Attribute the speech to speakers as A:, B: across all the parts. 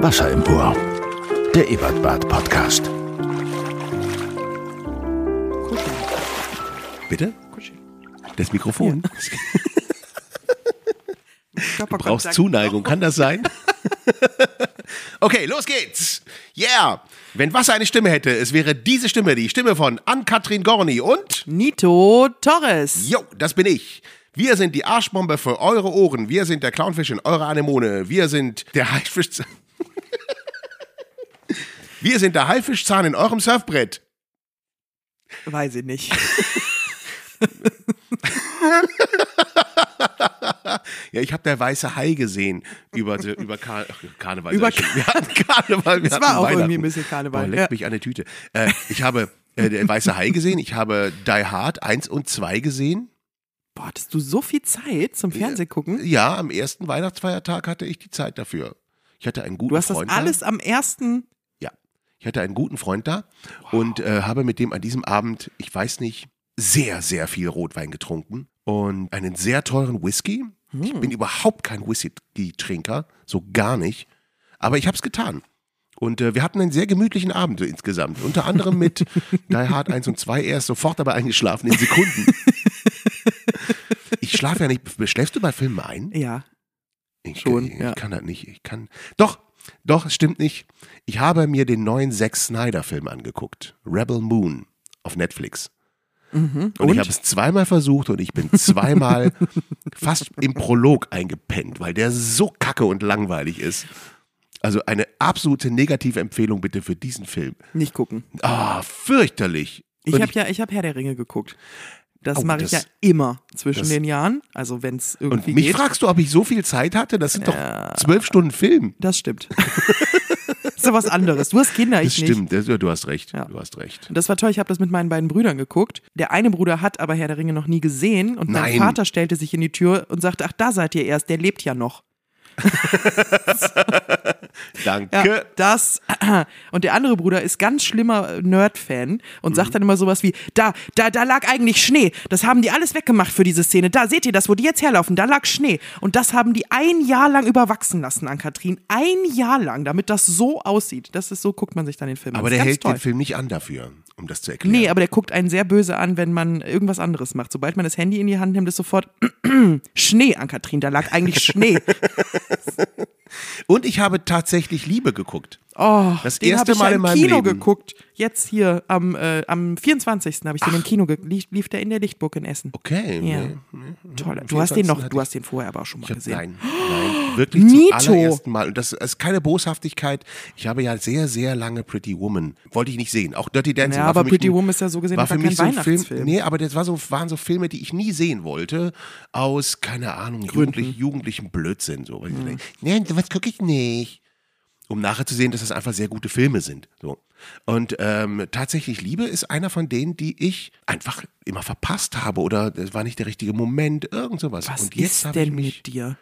A: Wasser empor. Der Ebertbad Podcast.
B: Kuscheln.
C: Bitte?
B: Kuscheln.
C: Das Mikrofon. Du
B: Körperkontakt.
C: brauchst Zuneigung, kann das sein? okay, los geht's. Yeah. Wenn Wasser eine Stimme hätte, es wäre diese Stimme, die Stimme von Ann-Kathrin Gorni und
B: Nito Torres.
C: Jo, das bin ich. Wir sind die Arschbombe für eure Ohren. Wir sind der Clownfisch in eurer Anemone. Wir sind der Haifisch. Wir sind der Haifischzahn in eurem Surfbrett.
B: Weiß ich nicht.
C: Ja, ich habe der weiße Hai gesehen über, über Kar Ach, Karneval.
B: Über
C: sag ich schon. wir hatten Karneval. Wir
B: Das
C: hatten
B: war auch
C: Weihnachten.
B: irgendwie ein bisschen Karneval,
C: Boah, leck
B: ja.
C: mich an der Tüte. Äh, ich habe äh, der weiße Hai gesehen. Ich habe Die Hard 1 und 2 gesehen.
B: Boah, hattest du so viel Zeit zum Fernsehgucken?
C: Ja, am ersten Weihnachtsfeiertag hatte ich die Zeit dafür. Ich hatte einen guten
B: Du hast das
C: Freund. da.
B: alles am ersten.
C: Ja. Ich hatte einen guten Freund da und äh, habe mit dem an diesem Abend, ich weiß nicht, sehr, sehr viel Rotwein getrunken und einen sehr teuren Whisky. Ich bin überhaupt kein Whisky-Trinker, so gar nicht. Aber ich habe es getan. Und äh, wir hatten einen sehr gemütlichen Abend so insgesamt. Unter anderem mit Die Hard 1 und 2. Er ist sofort dabei eingeschlafen, in Sekunden. Ich schlafe ja nicht. Schläfst du bei Filmen ein?
B: Ja.
C: Ich,
B: Schon,
C: ich,
B: ja.
C: kann das nicht. Ich kann. Doch, doch, es stimmt nicht. Ich habe mir den neuen Zack Snyder-Film angeguckt. Rebel Moon auf Netflix.
B: Mhm.
C: Und, ich habe es zweimal versucht und ich bin zweimal fast im Prolog eingepennt, weil der so kacke und langweilig ist. Also eine absolute negative Empfehlung bitte für diesen Film.
B: nicht gucken.
C: Ah, fürchterlich.
B: Ich
C: Und
B: habe ja, ich habe Herr der Ringe geguckt. Das
C: Oh,
B: mache ich ja
C: das-
B: immer zwischen
C: das-
B: den Jahren. Also wenn es
C: und
B: irgendwie
C: mich
B: geht.
C: fragst du, ob ich so viel Zeit hatte? Das sind doch zwölf Stunden Film.
B: Das stimmt. ist doch was anderes. Du hast Kinder,
C: Das
B: ich nicht.
C: stimmt, das, ja, du hast recht.
B: Ja.
C: Du hast recht.
B: Und das war toll, ich habe das mit meinen beiden Brüdern geguckt. Der eine Bruder hat aber Herr der Ringe noch nie gesehen und mein
C: Nein.
B: Vater stellte sich in die Tür und sagte, ach, da seid ihr erst, der lebt ja noch. Ja,
C: Danke.
B: das. Und der andere Bruder ist ganz schlimmer äh, Nerd-Fan und
C: Mhm.
B: sagt dann immer sowas wie, da, da, da lag eigentlich Schnee. Das haben die alles weggemacht für diese Szene. Da seht ihr das, wo die jetzt herlaufen, da lag Schnee. Und das haben die ein Jahr lang überwachsen lassen an Katrin. Ein Jahr lang, damit das so aussieht. Das ist so, guckt man sich dann den Film an.
C: Aber
B: Das ist
C: der
B: ganz
C: hält
B: toll.
C: den Film nicht an dafür, um das zu erklären.
B: Nee, aber der guckt einen sehr böse an, wenn man irgendwas anderes macht. Sobald man das Handy in die Hand nimmt, ist sofort Schnee an Katrin. Da lag eigentlich Schnee.
C: Und ich habe tatsächlich Liebe geguckt.
B: Oh,
C: Das
B: den habe
C: erste
B: ich
C: Mal
B: ja
C: in
B: im
C: meinem
B: Kino
C: Leben.
B: geguckt. Jetzt hier am, äh, am 24. habe ich den im Kino geguckt. Lief, lief der in der Lichtburg in Essen.
C: Okay.
B: Ja.
C: nee.
B: Toll.
C: Oh, Am
B: Du hast den
C: 24.
B: noch,
C: hatte
B: du
C: ich-
B: hast den vorher aber auch schon mal
C: Ich hab,
B: gesehen.
C: nein, nein, wirklich
B: Nito.
C: zum allerersten Mal. Und das ist keine Boshaftigkeit. Ich habe ja sehr, sehr lange Pretty Woman. Wollte ich nicht sehen. Auch Dirty Dancing.
B: Ja,
C: war
B: aber
C: für mich
B: Pretty
C: ein-
B: Woman ist ja so gesehen
C: war
B: einfach
C: für mich so
B: kein
C: ein Film.
B: Weihnachtsfilm.
C: Nee, aber das war so, waren so Filme, die ich nie sehen wollte. Aus, keine Ahnung, jugendlich, jugendlichem Blödsinn. So.
B: Mhm.
C: Weil ich denke, Nein, sowas gucke ich nicht. um nachher zu sehen, dass das einfach sehr gute Filme sind. So. Und ähm, tatsächlich, Liebe ist einer von denen, die ich einfach immer verpasst habe oder es war nicht der richtige Moment, irgend sowas.
B: Was
C: Und jetzt
B: ist
C: habe ich
B: denn
C: mich.
B: mit dir?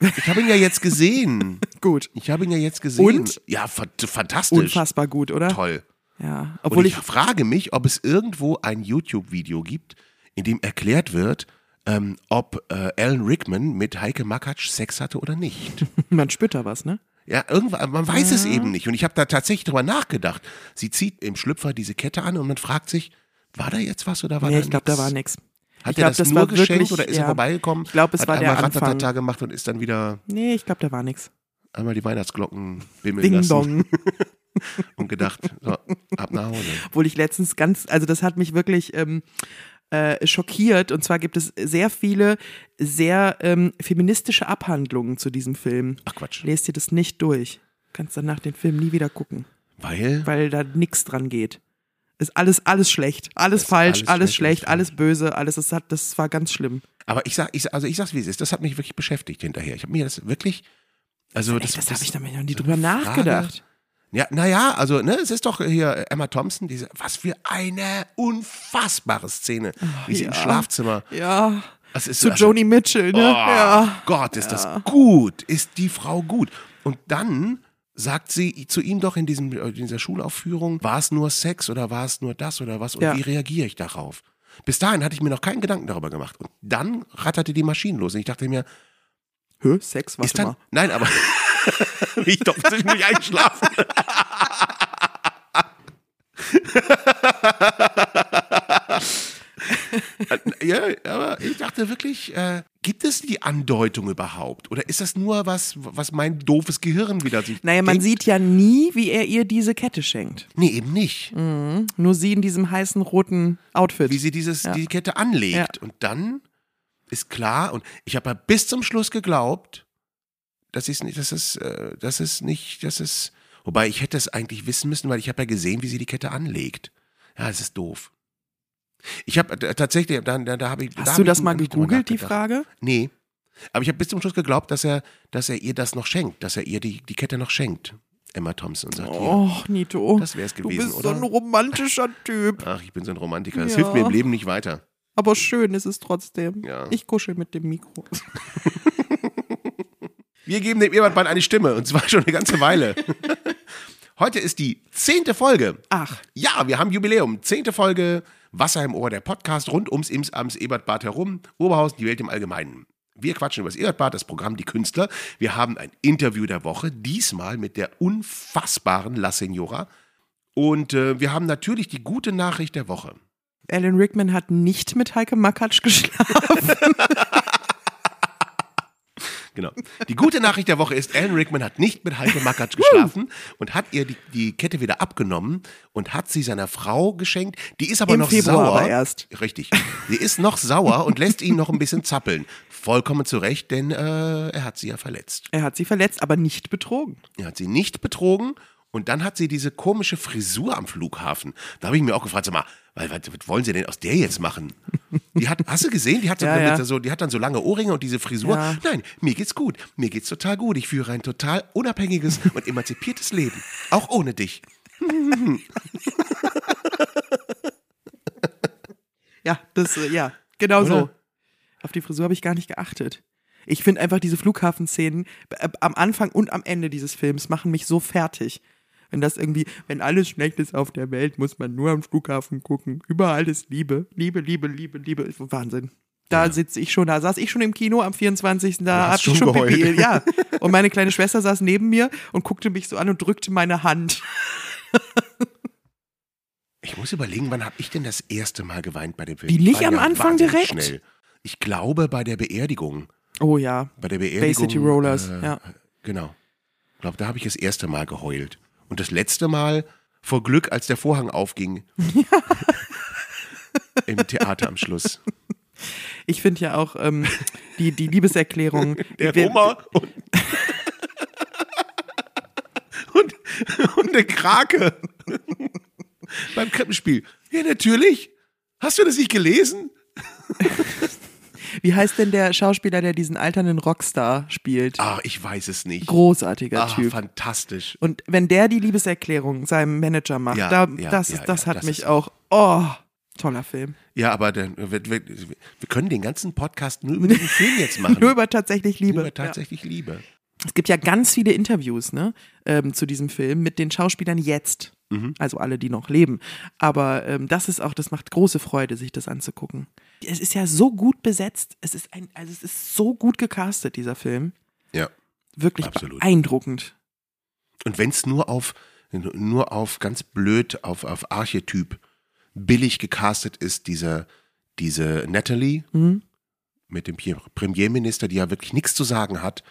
C: Ich habe ihn ja jetzt gesehen.
B: Gut.
C: Ich habe ihn ja jetzt gesehen.
B: Und?
C: Ja, fa- fantastisch.
B: Unfassbar gut, oder?
C: Toll.
B: Ja.
C: Und
B: Obwohl
C: ich,
B: ich,
C: frage mich, ob es irgendwo ein YouTube-Video gibt, in dem erklärt wird, ähm, ob äh, Alan Rickman mit Heike Makatsch Sex hatte oder nicht.
B: man spürt da was, ne?
C: Ja, irgendwann, man weiß es eben nicht. Und ich habe da tatsächlich drüber nachgedacht. Sie zieht im Schlüpfer diese Kette an und man fragt sich, war da jetzt was oder war
B: Nee,
C: da
B: ich glaube, da
C: nix?
B: war nix.
C: Hat
B: ich
C: er
B: glaub,
C: das,
B: das
C: nur
B: war
C: geschenkt
B: wirklich,
C: oder ist
B: ja.
C: er vorbeigekommen?
B: Ich glab, es
C: hat
B: war der
C: einmal
B: Anfang.
C: Ratatata gemacht und ist dann wieder
B: Nee, ich glaube, da war nix.
C: einmal die Weihnachtsglocken bimmeln
B: Ding
C: lassen
B: Dong.
C: und gedacht, so, ab nach Hause.
B: obwohl ich letztens ganz, also das hat mich wirklich ähm, äh, schockiert. Und zwar gibt es sehr viele sehr ähm, feministische Abhandlungen zu diesem Film.
C: Ach Quatsch.
B: Lest dir das nicht durch. Kannst danach den Film nie wieder gucken,
C: Weil,
B: weil da nichts dran geht. Ist alles, alles schlecht, alles
C: Ist
B: falsch, alles,
C: alles schlecht,
B: schlecht, alles böse, alles, das hat, das war ganz schlimm.
C: aber ich sag, ich, sag- also ich sag's wie es ist, das hat mich wirklich beschäftigt hinterher. Ich habe mir das wirklich, also das,
B: Das, das habe ich
C: dann
B: damit noch nie
C: so
B: drüber
C: eine Frage.
B: nachgedacht.
C: Ja, naja, also, ne, es ist doch hier Emma Thompson, diese, was für eine unfassbare Szene, wie sie im
B: Oh, ja.
C: Schlafzimmer.
B: Ja.
C: Das ist
B: Zu
C: also-
B: Joni Mitchell, ne?
C: Oh,
B: ja.
C: Gott, ist das gut, ist die Frau gut. Und dann sagt sie zu ihm doch in, diesem, äh, in dieser Schulaufführung, war es nur Sex oder war es nur das oder was und
B: Ja.
C: wie reagiere ich darauf? Bis dahin hatte ich mir noch keinen Gedanken darüber gemacht. Und dann ratterte die Maschine los und ich dachte mir,
B: Hö, Sex, warte
C: ist dann,
B: mal.
C: nein, aber Wie ich doch zwischendurch einschlafen. ja, aber ich dachte wirklich, äh, gibt es die Andeutung überhaupt? Oder ist das nur was, was mein doofes Gehirn wieder sieht?
B: Naja, man
C: denkt?
B: sieht ja nie, wie er ihr diese Kette schenkt.
C: Nee, eben nicht.
B: Nur sie in diesem heißen roten Outfit.
C: wie sie dieses, die Kette anlegt.
B: Ja.
C: Und dann ist klar, und ich habe ja bis zum Schluss geglaubt, dass es nicht, dass es, äh, dass es nicht, dass es, wobei ich hätte es eigentlich wissen müssen, weil ich habe ja gesehen, wie sie die Kette anlegt. Ja, es ist doof. Ich habe äh, tatsächlich, da, da, da habe ich. da
B: Hast
C: hab
B: du
C: ich
B: das mal
C: nicht drüber
B: gegoogelt, die
C: nachgedacht.
B: Frage?
C: Nee. Aber ich habe bis zum Schluss geglaubt, dass er, dass er ihr das noch schenkt, dass er ihr die, die Kette noch schenkt. Emma Thompson sagt hier.
B: Och, Nito.
C: Das wär's gewesen,
B: Oh, Du bist so
C: oder?
B: ein romantischer Typ.
C: Ach, ich bin so ein Romantiker. Das
B: Ja.
C: hilft mir im Leben nicht weiter.
B: Aber schön ist es trotzdem.
C: Ja.
B: Ich kuschel mit dem Mikro.
C: Wir geben dem Ebertband eine Stimme und zwar schon eine ganze Weile. Heute ist die zehnte Folge.
B: Ach.
C: Ja, wir haben Jubiläum. Zehnte Folge Wasser im Ohr, der Podcast rund ums Ims, Ams, Ebertbad herum, Oberhausen, die Welt im Allgemeinen. Wir quatschen über das Ebertbad, das Programm Die Künstler. Wir haben ein Interview der Woche, diesmal mit der unfassbaren La Senora. Und äh, wir haben natürlich die gute Nachricht der Woche.
B: Alan Rickman hat nicht mit Heike Makatsch geschlafen.
C: Genau. Die gute Nachricht der Woche ist, Alan Rickman hat nicht mit Heike Makatsch geschlafen und hat ihr die, die Kette wieder abgenommen und hat sie seiner Frau geschenkt. Die ist aber
B: Im
C: noch
B: Februar
C: sauer.
B: aber erst.
C: Richtig. Sie ist noch sauer und lässt ihn noch ein bisschen zappeln. Vollkommen zu Recht, denn äh, er hat sie ja verletzt.
B: er hat sie verletzt, aber nicht betrogen.
C: Er hat sie nicht betrogen und dann hat sie diese komische Frisur am Flughafen. Da habe ich mir auch gefragt, sag mal, was, was was wollen sie denn aus der jetzt machen? Die hat, hast du gesehen? Die hat, so,
B: Ja, ja.
C: So, die hat dann so lange Ohrringe und diese Frisur.
B: Ja.
C: Nein, mir geht's gut. Mir geht's total gut. Ich führe ein total unabhängiges und emanzipiertes Leben. Auch ohne dich.
B: Ja, das, äh, ja, genau so.
C: Oder?
B: Auf die Frisur habe ich gar nicht geachtet. Ich finde einfach diese Flughafenszenen äh, am Anfang und am Ende dieses Films machen mich so fertig. Wenn das irgendwie, wenn alles schlecht ist auf der Welt, muss man nur am Flughafen gucken. Überall ist Liebe. Liebe, Liebe, Liebe, Liebe. Wahnsinn. Da sitze ich schon, da saß ich schon im Kino am 24. Da
C: hast
B: hatte ich
C: schon
B: schon
C: geheult.
B: Pipi, ja. Und meine kleine Schwester saß neben mir und guckte mich so an und drückte meine Hand.
C: Ich muss überlegen, wann habe ich denn das erste Mal geweint bei dem Film?
B: Wie,
C: Ich
B: nicht
C: war ja
B: am Anfang
C: wahnsinnig
B: direkt?
C: Schnell. Ich glaube bei der Beerdigung.
B: Oh ja.
C: Bei der Beerdigung.
B: Bay City Rollers,
C: äh,
B: ja.
C: Genau. Ich glaube, da habe ich das erste Mal geheult. Und das letzte Mal vor Glück, als der Vorhang aufging. Im Theater am Schluss.
B: Ich finde ja auch ähm, die, die Liebeserklärung. Wir-
C: und, und, und der Krake beim Krippenspiel. Ja, natürlich. Hast du das nicht gelesen?
B: Wie heißt denn der Schauspieler, der diesen alternden Rockstar spielt?
C: Ah, ich weiß es nicht.
B: Großartiger
C: ah,
B: Typ.
C: fantastisch.
B: Und wenn der die Liebeserklärung seinem Manager macht,
C: Ja,
B: da,
C: ja,
B: das,
C: ja,
B: das
C: ja,
B: hat
C: das
B: mich
C: ist-
B: auch. Oh, toller Film.
C: Ja, aber dann, wir, wir, wir können den ganzen Podcast nur über diesen Film jetzt machen.
B: Nur über tatsächlich Liebe.
C: Nur über tatsächlich Liebe.
B: Ja. Es gibt ja ganz viele Interviews ne, ähm, zu diesem Film mit den Schauspielern jetzt.
C: Mhm.
B: Also alle, die noch leben. Aber ähm, das ist auch, das macht große Freude, sich das anzugucken. Es ist ja so gut besetzt. Es ist ein, also es ist so gut gecastet, dieser Film.
C: Ja.
B: Wirklich
C: Absolut.
B: beeindruckend.
C: Und wenn es nur auf, nur auf ganz blöd, auf, auf Archetyp billig gecastet ist, diese, diese Natalie
B: Mhm.
C: mit dem Pier- Premierminister, die ja wirklich nichts zu sagen hat,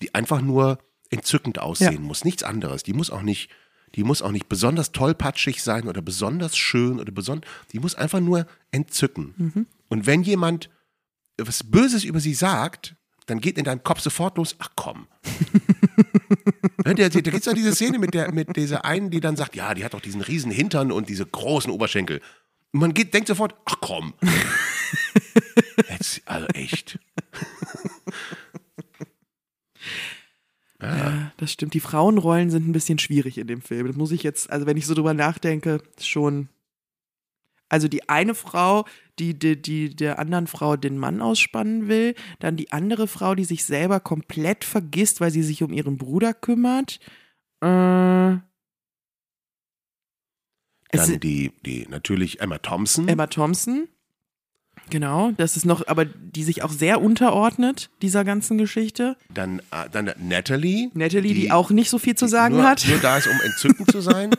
C: die einfach nur entzückend aussehen muss, nichts anderes. Die muss auch nicht, die muss auch nicht besonders tollpatschig sein oder besonders schön oder besonders, die muss einfach nur entzücken.
B: Mhm.
C: Und wenn jemand was Böses über sie sagt, dann geht in deinem Kopf sofort los, ach komm. Ja, Ne, der, der, da gibt es ja diese Szene mit, der, mit dieser einen, die dann sagt, ja, die hat doch diesen riesen Hintern und diese großen Oberschenkel. Und man geht, denkt sofort, ach komm. Jetzt, also echt.
B: Ja, das stimmt. Die Frauenrollen sind ein bisschen schwierig in dem Film. Das muss ich jetzt, also wenn ich so drüber nachdenke, ist schon. Also die eine Frau, die, die, die der anderen Frau den Mann ausspannen will, dann die andere Frau, die sich selber komplett vergisst, weil sie sich um ihren Bruder kümmert. Äh, es
C: Dann
B: ist
C: die, die natürlich Emma Thompson.
B: Emma Thompson. Genau, das ist noch, aber die sich auch sehr unterordnet, dieser ganzen Geschichte.
C: Dann, äh, dann Natalie.
B: Natalie, die, auch nicht so viel zu sagen
C: nur,
B: hat.
C: Nur da ist, um entzückend zu sein.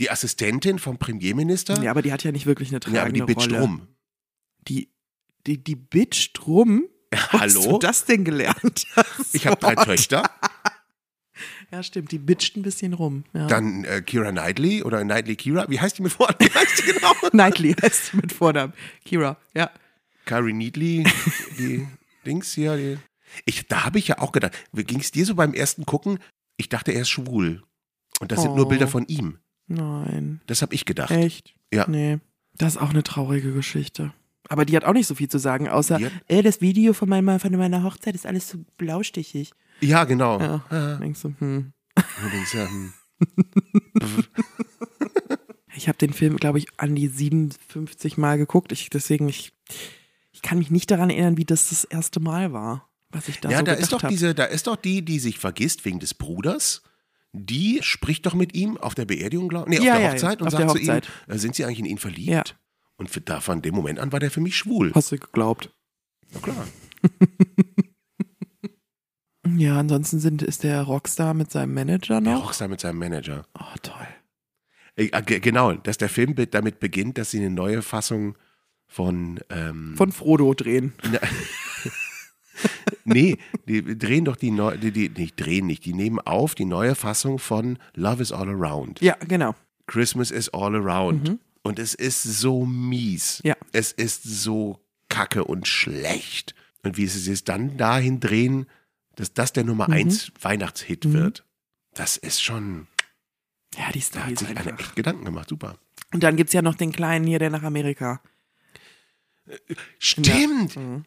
C: Die Assistentin vom Premierminister.
B: Ja, aber die hat ja nicht wirklich eine
C: Ja,
B: tragende
C: aber die bitcht
B: Rolle.
C: rum.
B: Die, die, die bitcht rum? Wo Hast
C: Hallo?
B: du das denn gelernt?
C: Ich habe drei Töchter.
B: Ja, stimmt, die bitcht ein bisschen rum. Ja.
C: Dann äh, Kira Knightley oder Knightley Kira. Wie heißt die mit Vornamen? Wie heißt die genau?
B: Knightley heißt sie mit Vornamen. Kira, ja.
C: Carrie Knightley, die Dings hier. Die. Ich, da habe ich ja auch gedacht, wie ging es dir so beim ersten Gucken? Ich dachte, er ist schwul. Und das sind nur
B: Oh.
C: Bilder von ihm.
B: Nein.
C: Das habe ich gedacht.
B: Echt?
C: Ja.
B: Nee. Das ist auch eine traurige Geschichte. Aber die hat auch nicht so viel zu sagen, außer,
C: Die hat-
B: äh, das Video von meiner, von meiner Hochzeit ist alles so blaustichig.
C: Ja, genau.
B: Ja.
C: Ah,
B: Denkst du, hm.
C: und denkst, ja, hm.
B: Ich habe den Film, glaube ich, an die 57 Mal geguckt. Ich, deswegen, ich, ich kann mich nicht daran erinnern, wie das das erste Mal war, was ich da
C: ja,
B: so
C: da
B: gedacht
C: ist doch
B: hab.
C: diese, da ist doch die, die sich vergisst wegen des Bruders. Die spricht doch mit ihm auf der Beerdigung, glaube nee, auf
B: Ja,
C: der
B: ja,
C: Hochzeit und
B: auf
C: sagt
B: der
C: zu ihm,
B: Hochzeit.
C: äh, sind sie eigentlich in ihn verliebt?
B: Ja.
C: Und für, da von dem Moment an war der für mich schwul.
B: Hast du geglaubt?
C: Na klar.
B: Ja, ansonsten sind, ist der Rockstar mit seinem Manager
C: Der
B: noch.
C: Rockstar mit seinem Manager.
B: Oh, toll.
C: Äh, äh, ge- genau, dass der Film be- damit beginnt, dass sie eine neue Fassung von, ähm,
B: Von Frodo drehen.
C: nee, die drehen doch die neue, die, die, nicht drehen nicht, die nehmen auf die neue Fassung von Love is All Around.
B: Ja, genau.
C: Christmas is all around. Und es ist so mies.
B: Ja.
C: Es ist so kacke und schlecht. Und wie sie es jetzt dann dahin drehen, dass das der
B: Mhm.
C: Nummer eins Weihnachtshit wird. Das ist schon,
B: Ja, die
C: da
B: Story
C: hat
B: ist
C: sich einer
B: einfach.
C: echt Gedanken gemacht. Super.
B: Und dann gibt's ja noch den Kleinen hier, der nach Amerika.
C: Stimmt.
B: Mhm.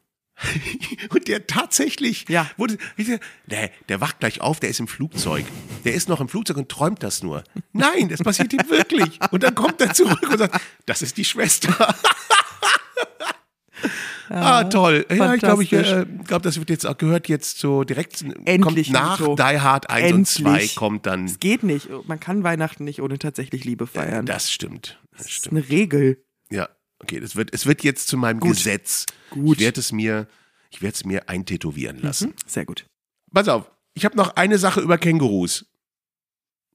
C: Und der tatsächlich
B: Ja.
C: wurde. Nee, der wacht gleich auf, der ist im Flugzeug. Der ist noch im Flugzeug und träumt das nur. Nein, das passiert ihm wirklich. Und dann kommt er zurück und sagt, das ist die Schwester. ah, toll. Ja, ich glaube, ich äh, glaub, das wird jetzt auch gehört jetzt so direkt kommt
B: Endlich,
C: nach
B: Udo.
C: Die Hard 1 und 2
B: Endlich.
C: kommt dann.
B: Es geht nicht. Man kann Weihnachten nicht ohne tatsächlich Liebe feiern. das,
C: Das stimmt. Das
B: ist
C: stimmt.
B: eine Regel.
C: Ja, okay, das wird, es wird jetzt zu meinem Gesetz.
B: Gut. Hm?
C: Ich werde es mir, ich werde es mir eintätowieren lassen.
B: Sehr gut.
C: Pass auf, ich habe noch eine Sache über Kängurus.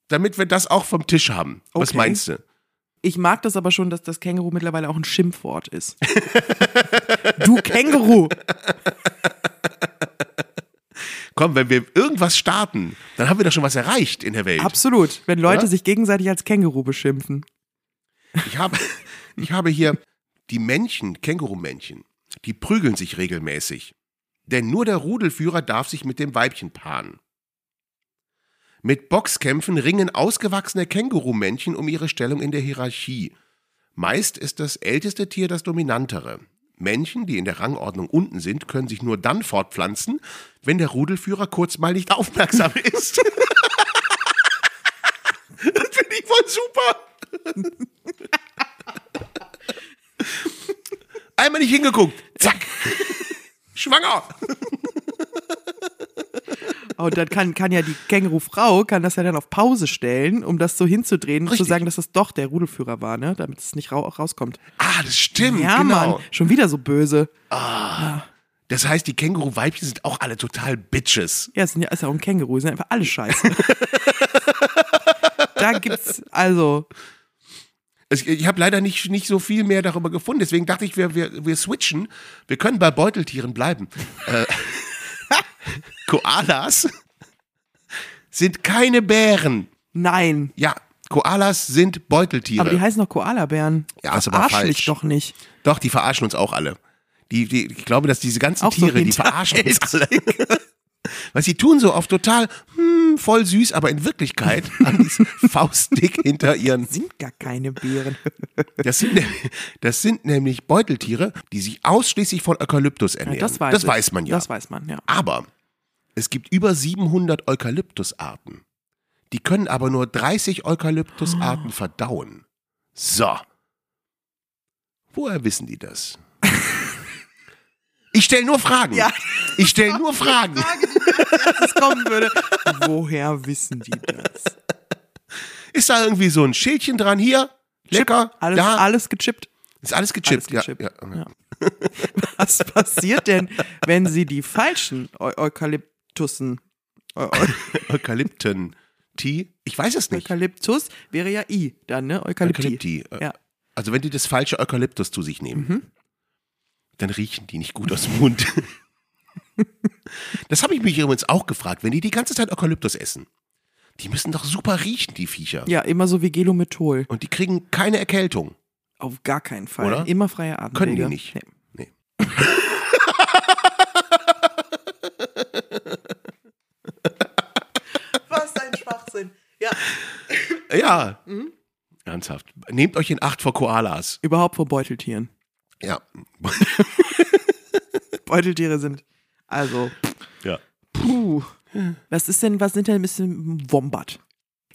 C: Damit wir das auch vom Tisch haben. Was
B: Okay.
C: meinst du?
B: Ich mag das aber schon, dass das Känguru mittlerweile auch ein Schimpfwort ist. du Känguru!
C: Komm, wenn wir irgendwas starten, dann haben wir doch schon was erreicht in der Welt.
B: Absolut. Wenn Leute
C: Oder?
B: sich gegenseitig als Känguru beschimpfen.
C: Ich habe, ich habe hier die Männchen, Kängurumännchen, die prügeln sich regelmäßig. Denn nur der Rudelführer darf sich mit dem Weibchen paaren. Mit Boxkämpfen ringen ausgewachsene Kängurumännchen um ihre Stellung in der Hierarchie. Meist ist das älteste Tier das dominantere. Männchen, die in der Rangordnung unten sind, können sich nur dann fortpflanzen, wenn der Rudelführer kurz mal nicht aufmerksam ist. das finde ich voll super. Einmal nicht hingeguckt. Zack. Schwanger.
B: Oh, Und dann kann, kann ja die Kängurufrau, kann das ja dann auf Pause stellen, um das so hinzudrehen, und zu
C: Richtig.
B: sagen, dass das doch der Rudelführer war, ne? Damit es nicht rau rauskommt.
C: Ah, das stimmt.
B: Ja,
C: genau.
B: Mann, schon wieder so böse.
C: Das heißt, die Känguru-Weibchen sind auch alle total Bitches.
B: Ja, es sind ja, ist ja auch ein Känguru, es sind einfach alle scheiße. da gibt's, also,
C: Also ich ich habe leider nicht, nicht so viel mehr darüber gefunden, deswegen dachte ich, wir, wir, wir switchen. Wir können bei Beuteltieren bleiben. äh, Koalas sind keine Bären.
B: nein.
C: Ja, Koalas sind Beuteltiere.
B: Aber die heißen doch Koalabären.
C: Ja, ist aber
B: Verarsch
C: falsch.
B: mich doch nicht.
C: Doch, die verarschen uns auch alle. Die, die, ich glaube, dass diese ganzen
B: Auch so
C: Tiere, die verarschen uns alle. Weil sie tun so oft total hm, voll süß, aber in Wirklichkeit haben die es faustdick hinter ihren.
B: Sind gar keine Bären.
C: Das sind, ne- das sind nämlich Beuteltiere, die sich ausschließlich von Eukalyptus ernähren.
B: das weiß
C: das
B: ich.
C: weiß man ja.
B: Das weiß man, ja.
C: Aber es gibt über 700 Eukalyptusarten. Die können aber nur 30 Eukalyptusarten
B: Ah.
C: verdauen. So. Woher wissen die das? Ich stelle nur Fragen.
B: Ja.
C: Ich stelle nur Fragen.
B: Das kommen würde. Woher wissen die das?
C: Ist da irgendwie so ein Schildchen dran? Hier, lecker,
B: Alles,
C: da.
B: alles gechippt.
C: ist alles gechippt.
B: alles gechippt.
C: Ja, ja.
B: Ja. Was passiert denn, wenn sie die falschen Eu Eukalyptussen? Eu Eu
C: Eukalypten. Tee? Ich weiß es nicht.
B: Eukalyptus wäre ja I dann, ne? Eukalypti.
C: Eukalypti. äh,
B: Ja.
C: Also wenn die das falsche Eukalyptus zu sich nehmen,
B: Mhm.
C: dann riechen die nicht gut aus dem Mund. das habe ich mich übrigens auch gefragt, wenn die die ganze Zeit Eukalyptus essen. Die müssen doch super riechen, die Viecher.
B: Ja, immer so wie Gelomethol.
C: Und die kriegen keine Erkältung.
B: Auf gar keinen Fall.
C: Oder?
B: Immer freie Atemwege.
C: Können die nicht.
B: Nee.
C: Nee.
B: Was ein Schwachsinn. Ja.
C: Ja.
B: Mhm.
C: Ernsthaft. Nehmt euch in Acht vor Koalas.
B: Überhaupt vor Beuteltieren.
C: Ja.
B: Beuteltiere sind. Also,
C: ja.
B: puh. Was ist denn, was sind denn ein bisschen Wombat?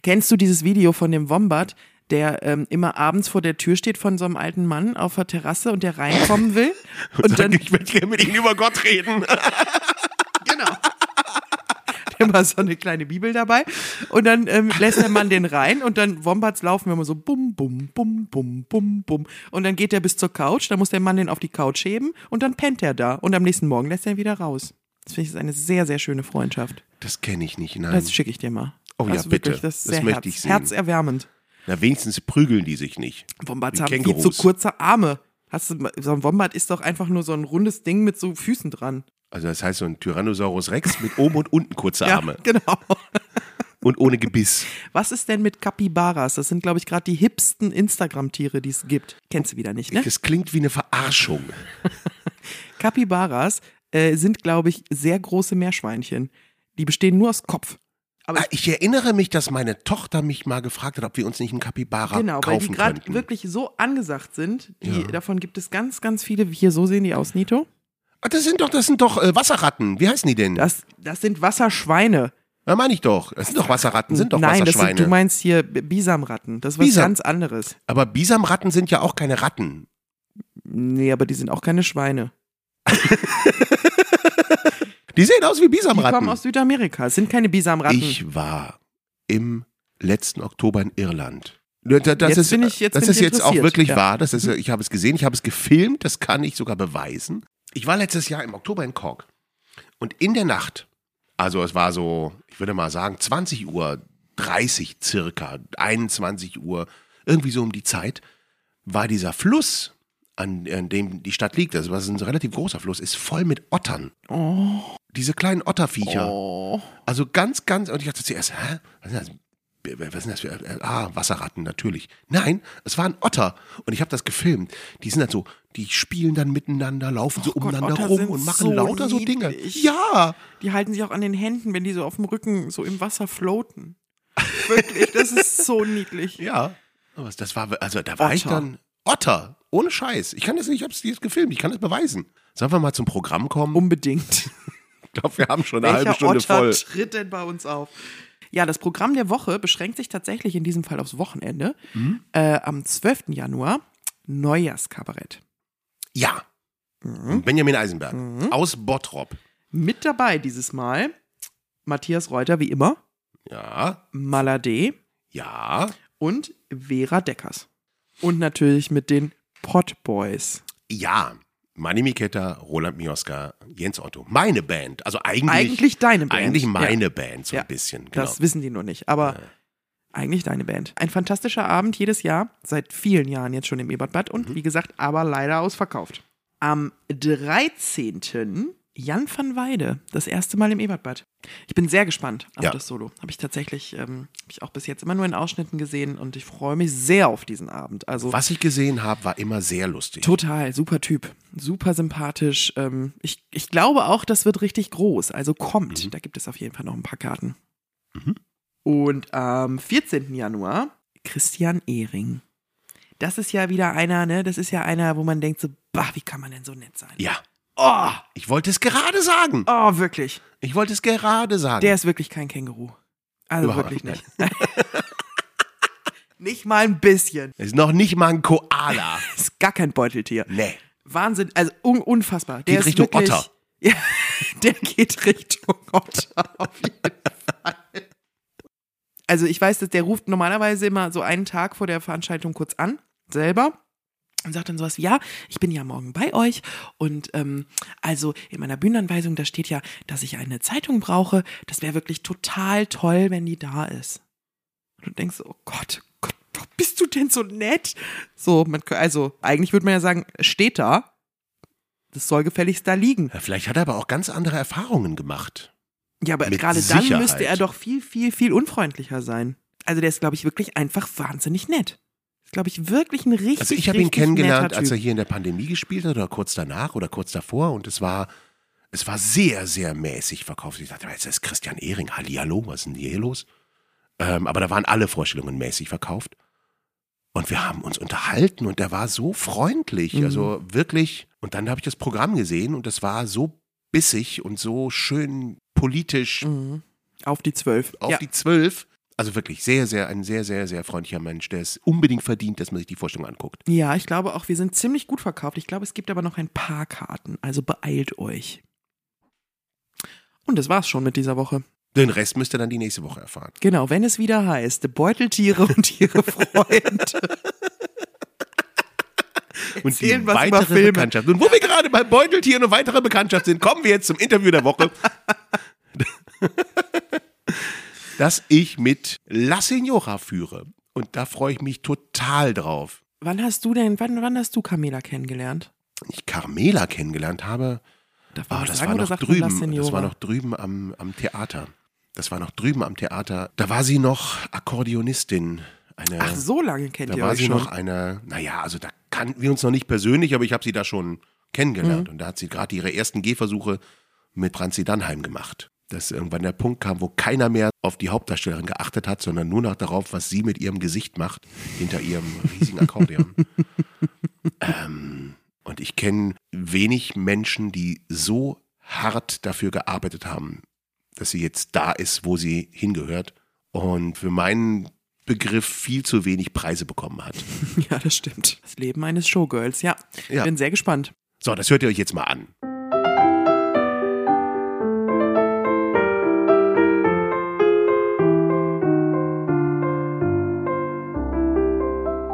B: Kennst du dieses Video von dem Wombat, der ähm, immer abends vor der Tür steht von so einem alten Mann auf der Terrasse und der reinkommen will?
C: Und
B: Und
C: Sag,
B: dann,
C: ich will gerne mit ihnen über Gott reden.
B: Genau. Der war so eine kleine Bibel dabei. Und dann ähm, lässt der Mann den rein und dann Wombats laufen immer so bum, bum, bum, bum, bum, bum. Und dann geht er bis zur Couch, dann muss der Mann den auf die Couch heben und dann pennt er da. Und am nächsten Morgen lässt er ihn wieder raus. Das finde ich ist eine sehr, sehr schöne Freundschaft.
C: Das kenne ich nicht, nein.
B: Das schicke ich dir mal.
C: Oh ja,
B: Also wirklich,
C: bitte.
B: Das, ist
C: Das
B: sehr
C: möchte
B: herz,
C: ich sehen.
B: Herzerwärmend.
C: Na, wenigstens prügeln die sich nicht.
B: Wombats
C: Wie
B: haben viel
C: Kängurus.
B: zu kurze Arme. Hast du, mal- so ein Wombat ist doch einfach nur so ein rundes Ding mit so Füßen dran.
C: Also das heißt so ein Tyrannosaurus Rex mit oben und unten kurze Arme
B: Ja, genau.
C: und ohne Gebiss.
B: Was ist denn mit Capybaras? Das sind, glaube ich, gerade die hipsten Instagram-Tiere, die es gibt. Kennst du wieder nicht, ne?
C: Das klingt wie eine Verarschung.
B: Capybaras äh, sind, glaube ich, sehr große Meerschweinchen. Die bestehen nur aus Kopf. Aber
C: Ah, ich erinnere mich, dass meine Tochter mich mal gefragt hat, ob wir uns nicht einen Kapibara
B: genau, weil die
C: kaufen
B: gerade
C: könnten.
B: wirklich so angesagt sind. Die,
C: Ja.
B: Davon gibt es ganz, ganz viele. Hier, so sehen die aus, Nito.
C: Ah, das sind doch, das sind doch äh, Wasserratten. Wie heißen die denn?
B: Das, das sind Wasserschweine.
C: Na, meine ich doch. Das sind doch Wasserratten, sind doch
B: Nein, das
C: Wasserschweine.
B: sind, du meinst hier B- Bisamratten. Das ist was
C: Bisam.
B: ganz anderes.
C: Aber Bisamratten sind ja auch keine Ratten.
B: Nee, aber die sind auch keine Schweine.
C: Die sehen aus wie
B: Die kommen
C: Bisamratten.
B: aus Südamerika. Es sind keine Bisamratten.
C: ich war im letzten Oktober in Irland. Da- da- Das
B: Jetzt
C: ist,
B: bin ich- jetzt
C: das
B: bin
C: ist
B: ich
C: jetzt auch
B: interessiert,
C: wirklich
B: ja. Mhm.
C: wahr. Das ist, ich habe es gesehen, ich habe es gefilmt, das kann ich sogar beweisen. Ich war letztes Jahr im Oktober in Cork. Und in der Nacht, also es war so, ich würde mal sagen, 20 Uhr 30 circa, 21 Uhr, irgendwie so um die Zeit, war dieser Fluss, an, an dem die Stadt liegt, also das ist ein relativ großer Fluss, ist voll mit Ottern. Diese kleinen Otterviecher.
B: Oh.
C: Also ganz, ganz, und ich dachte zuerst, hä? Was sind das? Was sind das für, ah, Wasserratten, natürlich. Nein, es waren Otter. Und ich habe das gefilmt. Die sind halt so, die spielen dann miteinander, laufen so
B: Gott,
C: umeinander
B: Otter
C: rum
B: sind
C: und machen
B: so
C: lauter so Dinge.
B: niedlich.
C: Ja,
B: Die halten sich auch an den Händen, wenn die so auf dem Rücken so im Wasser floaten. Wirklich, das ist so niedlich.
C: ja. Aber das war, also da war ich
B: Otter.
C: dann Otter. Ohne Scheiß. Ich kann das nicht, ich habe es jetzt gefilmt, ich kann das beweisen. Sollen wir mal zum Programm kommen?
B: Unbedingt.
C: ich glaube, wir haben schon eine halbe Stunde
B: Otter
C: voll.
B: tritt denn bei uns auf? Ja, das Programm der Woche beschränkt sich tatsächlich in diesem Fall aufs Wochenende.
C: Mhm.
B: Äh, am 12. Januar Neujahrskabarett.
C: Ja.
B: Mhm.
C: Benjamin Eisenberg aus Bottrop.
B: Mit dabei dieses Mal Matthias Reuter, wie immer,
C: Ja,
B: Malade
C: ja,
B: und Vera Deckers. Und natürlich mit den Potboys.
C: Ja, Manny Miketta, Roland Mioska, Jens Otto. Meine Band. Also eigentlich,
B: Eigentlich deine Band.
C: eigentlich
B: Ja.
C: meine Band, so
B: Ja,
C: ein bisschen. Genau.
B: Das wissen die nur nicht, aber eigentlich deine Band. Ein fantastischer Abend jedes Jahr, seit vielen Jahren jetzt schon im Ebertbad
C: Mhm.
B: und wie gesagt, aber leider ausverkauft. Am 13. Jan van Weide, das erste Mal im Ebertbad. Ich bin sehr gespannt auf
C: Ja.
B: das Solo. Habe ich tatsächlich, ähm, habe ich auch bis jetzt immer nur in Ausschnitten gesehen und ich freue mich sehr auf diesen Abend. Also
C: Was ich gesehen habe, war immer sehr lustig.
B: Total, super Typ, super sympathisch. Ähm, ich, ich glaube auch, das wird richtig groß. Also kommt,
C: Mhm.
B: da gibt es auf jeden Fall noch ein paar Karten. Und am 14. Januar Christian Ehring. Das ist ja wieder einer, ne? Das ist ja einer, wo man denkt so, bah, wie kann man denn so nett sein?
C: ja. Oh, ich wollte es gerade sagen.
B: Oh, wirklich.
C: Ich wollte es gerade sagen.
B: Der ist wirklich kein Känguru. Also
C: Überhaupt
B: wirklich nicht. nicht mal ein bisschen.
C: ist noch nicht mal ein Koala.
B: Ist gar kein Beuteltier.
C: nee.
B: Wahnsinn, also un unfassbar. Der
C: Geht
B: ist
C: Richtung
B: wirklich,
C: Otter.
B: Ja, der geht Richtung Otter auf jeden Fall. Also ich weiß, dass der ruft normalerweise immer so einen Tag vor der Veranstaltung kurz an, selber. Und sagt dann sowas wie, ja, ich bin ja morgen bei euch und ähm, also in meiner Bühnenanweisung, da steht ja, dass ich eine Zeitung brauche. Das wäre wirklich total toll, wenn die da ist. Und du denkst, so, oh Gott, Gott, warum bist du denn so nett? So, man, kö- also eigentlich würde man ja sagen, steht da. Das soll gefälligst da liegen.
C: Ja, vielleicht hat er aber auch ganz andere Erfahrungen gemacht.
B: Ja, aber
C: Mit
B: gerade dann
C: Sicherheit.
B: müsste er doch viel, viel, viel unfreundlicher sein. Also der ist, glaube ich, wirklich einfach wahnsinnig nett. Ist, glaube ich, wirklich ein richtig,
C: Also ich habe
B: richtig
C: ihn kennengelernt,
B: netter
C: als er
B: Typ.
C: hier in der Pandemie gespielt hat oder kurz danach oder kurz davor und es war, es war sehr, sehr mäßig verkauft. Ich dachte, jetzt ist Christian Ehring, hallihallo, was ist denn hier los? Ähm, aber da waren alle Vorstellungen mäßig verkauft und wir haben uns unterhalten und er war so freundlich,
B: Mhm.
C: also wirklich. Und dann habe ich das Programm gesehen und das war so bissig und so schön politisch
B: Mhm. Auf die zwölf.
C: auf
B: ja.
C: die zwölf. Also wirklich sehr, sehr, ein sehr, sehr, sehr freundlicher Mensch, der es unbedingt verdient, dass man sich die Vorstellung anguckt.
B: ja, ich glaube auch, wir sind ziemlich gut verkauft. Ich glaube, es gibt aber noch ein paar Karten. Also beeilt euch. Und das war's schon mit dieser Woche.
C: Den Rest müsst ihr dann die nächste Woche erfahren.
B: Genau, wenn es wieder heißt, Beuteltiere und ihre Freunde.
C: Und
B: Erzählen
C: die
B: was über
C: weitere
B: Filme.
C: Bekanntschaft. Und wo wir gerade bei Beuteltieren und weiterer Bekanntschaft sind, kommen wir jetzt zum Interview der Woche. das ich mit La Signora führe. Und da freue ich mich total drauf.
B: Wann hast du denn, wann, wann hast du Camila kennengelernt?
C: Ich Carmela kennengelernt habe,
B: Darf man
C: Ah,
B: das
C: das
B: sagen
C: war
B: oder
C: noch
B: sagt man La
C: drüben. Das war
B: Signora?
C: noch drüben am, am Theater. Das war noch drüben am Theater. Da war sie noch Akkordeonistin. Eine,
B: Ach, so lange kennt
C: da
B: ihr
C: war
B: euch
C: sie
B: schon.
C: noch eine, naja, also da kannten wir uns noch nicht persönlich, aber ich habe sie da schon kennengelernt.
B: Mhm.
C: Und da hat sie gerade ihre ersten Gehversuche mit Franzi Dannheim gemacht. Dass irgendwann der Punkt kam, wo keiner mehr auf die Hauptdarstellerin geachtet hat, sondern nur noch darauf, was sie mit ihrem Gesicht macht, hinter ihrem riesigen Akkordeon. ähm, und ich kenne wenig Menschen, die so hart dafür gearbeitet haben, dass sie jetzt da ist, wo sie hingehört. Und für meinen Begriff viel zu wenig Preise bekommen hat.
B: Ja, das stimmt. Das Leben eines Showgirls, ja.
C: Ja.
B: Bin sehr gespannt.
C: So, das hört ihr euch jetzt mal an.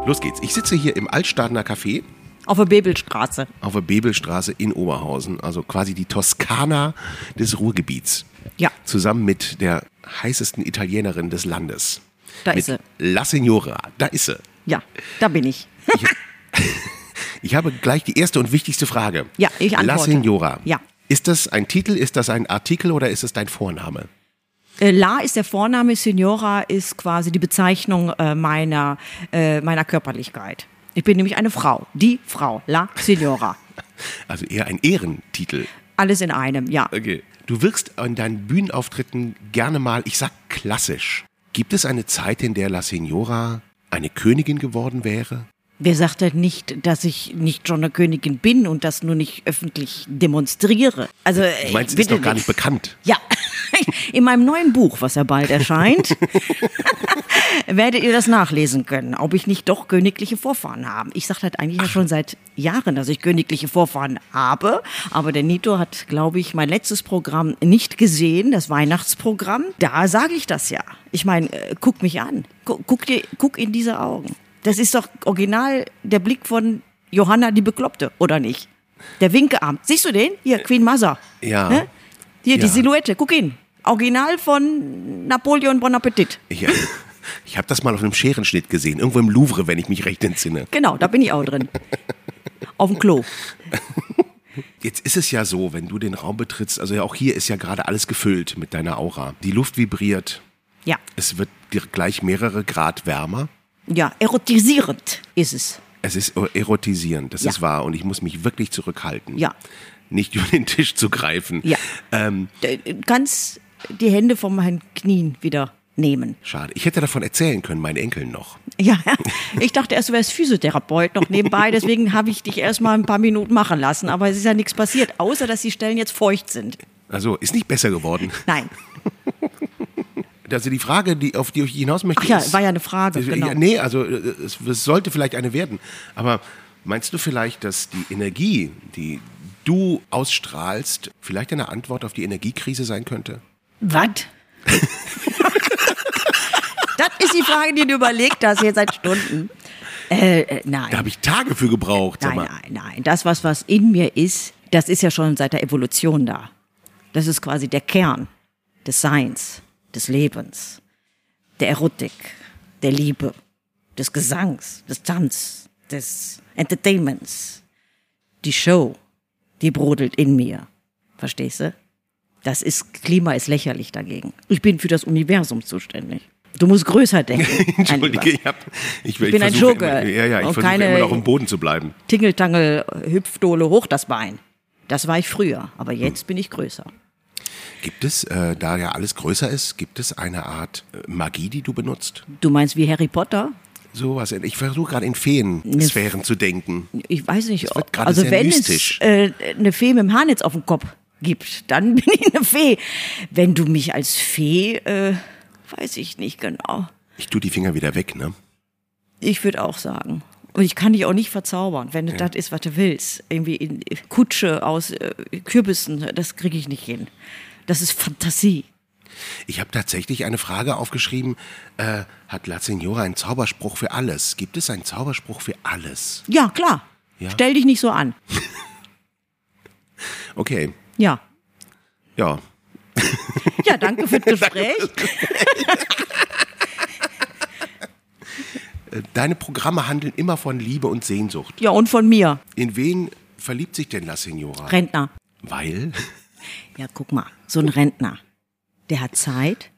C: Los geht's. Ich sitze hier im Altstadener Café
D: Auf der Bebelstraße.
C: auf der Bebelstraße in Oberhausen, also quasi die Toskana des Ruhrgebiets,
D: Ja,
C: zusammen mit der heißesten Italienerin des Landes.
D: da
C: mit
D: ist sie.
C: La Signora, da ist sie.
D: Ja, da bin ich.
C: Ich habe gleich die erste und wichtigste Frage.
D: Ja, ich
C: La
D: antworte.
C: Signora.
D: Ja.
C: Ist das ein Titel, ist das ein Artikel oder ist es dein Vorname?
D: Äh, La ist der Vorname, Signora ist quasi die Bezeichnung äh, meiner, äh, meiner Körperlichkeit. Ich bin nämlich eine Frau, die Frau, La Signora.
C: Also eher ein Ehrentitel.
D: Alles in einem, ja.
C: Okay. Du wirkst an deinen Bühnenauftritten gerne mal, ich sag klassisch. Gibt es eine Zeit, in der La Signora eine Königin geworden wäre?
D: Wer sagt denn nicht, dass ich nicht schon eine Königin bin und das nur nicht öffentlich demonstriere? Also,
C: Du meinst,
D: bitte
C: es ist doch gar nicht bekannt.
D: Ja, in meinem neuen Buch, was ja bald erscheint, werdet ihr das nachlesen können, ob ich nicht doch königliche Vorfahren habe. Ich sage halt eigentlich ja schon seit Jahren, dass ich königliche Vorfahren habe, aber der Nito hat, glaube ich, mein letztes Programm nicht gesehen, das Weihnachtsprogramm. Da sage ich das ja. Ich meine, äh, guck mich an, guck, guck, dir, guck in diese Augen. Das ist doch original der Blick von Johanna die Bekloppte, oder nicht? Der Winkearm. Siehst du den? Hier, Queen Mother.
C: Ja.
D: Ne? Hier,
C: Ja.
D: die Silhouette, guck hin. Original von Napoleon Bonaparte.
C: Ich, äh, ich habe das mal auf einem Scherenschnitt gesehen, irgendwo im Louvre, wenn ich mich recht entsinne.
D: Genau, da bin ich auch drin. Auf dem Klo.
C: Jetzt ist es ja so, wenn du den Raum betrittst, also ja auch hier ist ja gerade alles gefüllt mit deiner Aura. Die Luft vibriert,
D: Ja,
C: es wird dir gleich mehrere Grad wärmer.
D: ja, erotisierend ist es.
C: Es ist erotisierend, das
D: Ja.
C: ist wahr. Und ich muss mich wirklich zurückhalten.
D: Ja.
C: Nicht über den Tisch zu greifen.
D: Ja.
C: Ähm,
D: D- Du kannst die Hände von meinen Knien wieder nehmen.
C: schade. Ich hätte davon erzählen können, meinen Enkeln noch.
D: Ja, ich dachte erst, du wärst Physiotherapeut noch nebenbei, deswegen habe ich dich erst mal ein paar Minuten machen lassen. Aber es ist ja nichts passiert, außer dass die Stellen jetzt feucht sind.
C: Also, ist nicht besser geworden.
D: Nein.
C: Also die Frage, die, auf die ich hinaus möchte,
D: Ach ja,
C: ist,
D: war ja eine Frage, genau.
C: Ja, nee, also äh, es, es sollte vielleicht eine werden. Aber meinst du vielleicht, dass die Energie, die du ausstrahlst, vielleicht eine Antwort auf die Energiekrise sein könnte?
D: Was? das ist die Frage, die du überlegt hast hier seit Stunden. Äh, äh, nein.
C: Da habe ich Tage für gebraucht. Sag
D: Nein,
C: mal.
D: nein, nein. Das, was, was in mir ist, das ist ja schon seit der Evolution da. Das ist quasi der Kern des Seins, des Lebens, der Erotik, der Liebe, des Gesangs, des Tanz, des Entertainments. Die Show, die brodelt in mir. Verstehst du? Das ist, Klima ist lächerlich dagegen. Ich bin für das Universum zuständig. Du musst größer denken. mein
C: Entschuldige,
D: Lieber.
C: ich, hab, ich, ich,
D: bin ein
C: versuche
D: Joker
C: Immer, ja, ja, ich
D: und
C: versuche
D: keine-
C: immer noch im Boden zu bleiben.
D: Tingeltangel, äh, Hüpfdohle, hoch das Bein. Das war ich früher, aber jetzt bin ich größer.
C: Gibt es, äh, da ja alles größer ist, gibt es eine Art äh, Magie, die du benutzt?
D: Du meinst wie Harry Potter?
C: Sowas. Ich versuche gerade in Feensphären zu denken.
D: Ich weiß nicht,
C: Das wird
D: ob,
C: gerade
D: also
C: sehr
D: wenn
C: mystisch.
D: es äh, eine Fee mit dem Haarnetz auf dem Kopf gibt, dann bin ich eine Fee. Wenn du mich als Fee, äh, weiß ich nicht genau.
C: Ich tue die Finger wieder weg, ne?
D: Ich würde auch sagen. Und ich kann dich auch nicht verzaubern, wenn das das ist, was du willst. Irgendwie in Kutsche aus äh, Kürbissen, das kriege ich nicht hin. Das ist Fantasie.
C: Ich habe tatsächlich eine Frage aufgeschrieben. Äh, hat La Signora einen Zauberspruch für alles? Gibt es einen Zauberspruch für alles?
D: Ja, klar.
C: Ja.
D: Stell dich nicht so an.
C: Okay,
D: Ja.
C: ja.
D: Ja, danke fürs Gespräch.
C: Äh, Deine Programme handeln immer von Liebe und Sehnsucht.
D: Ja, und von mir,
C: In wen verliebt sich denn La Signora?
D: Rentner.
C: Weil?
D: Ja, guck mal, so ein Rentner, der hat Zeit,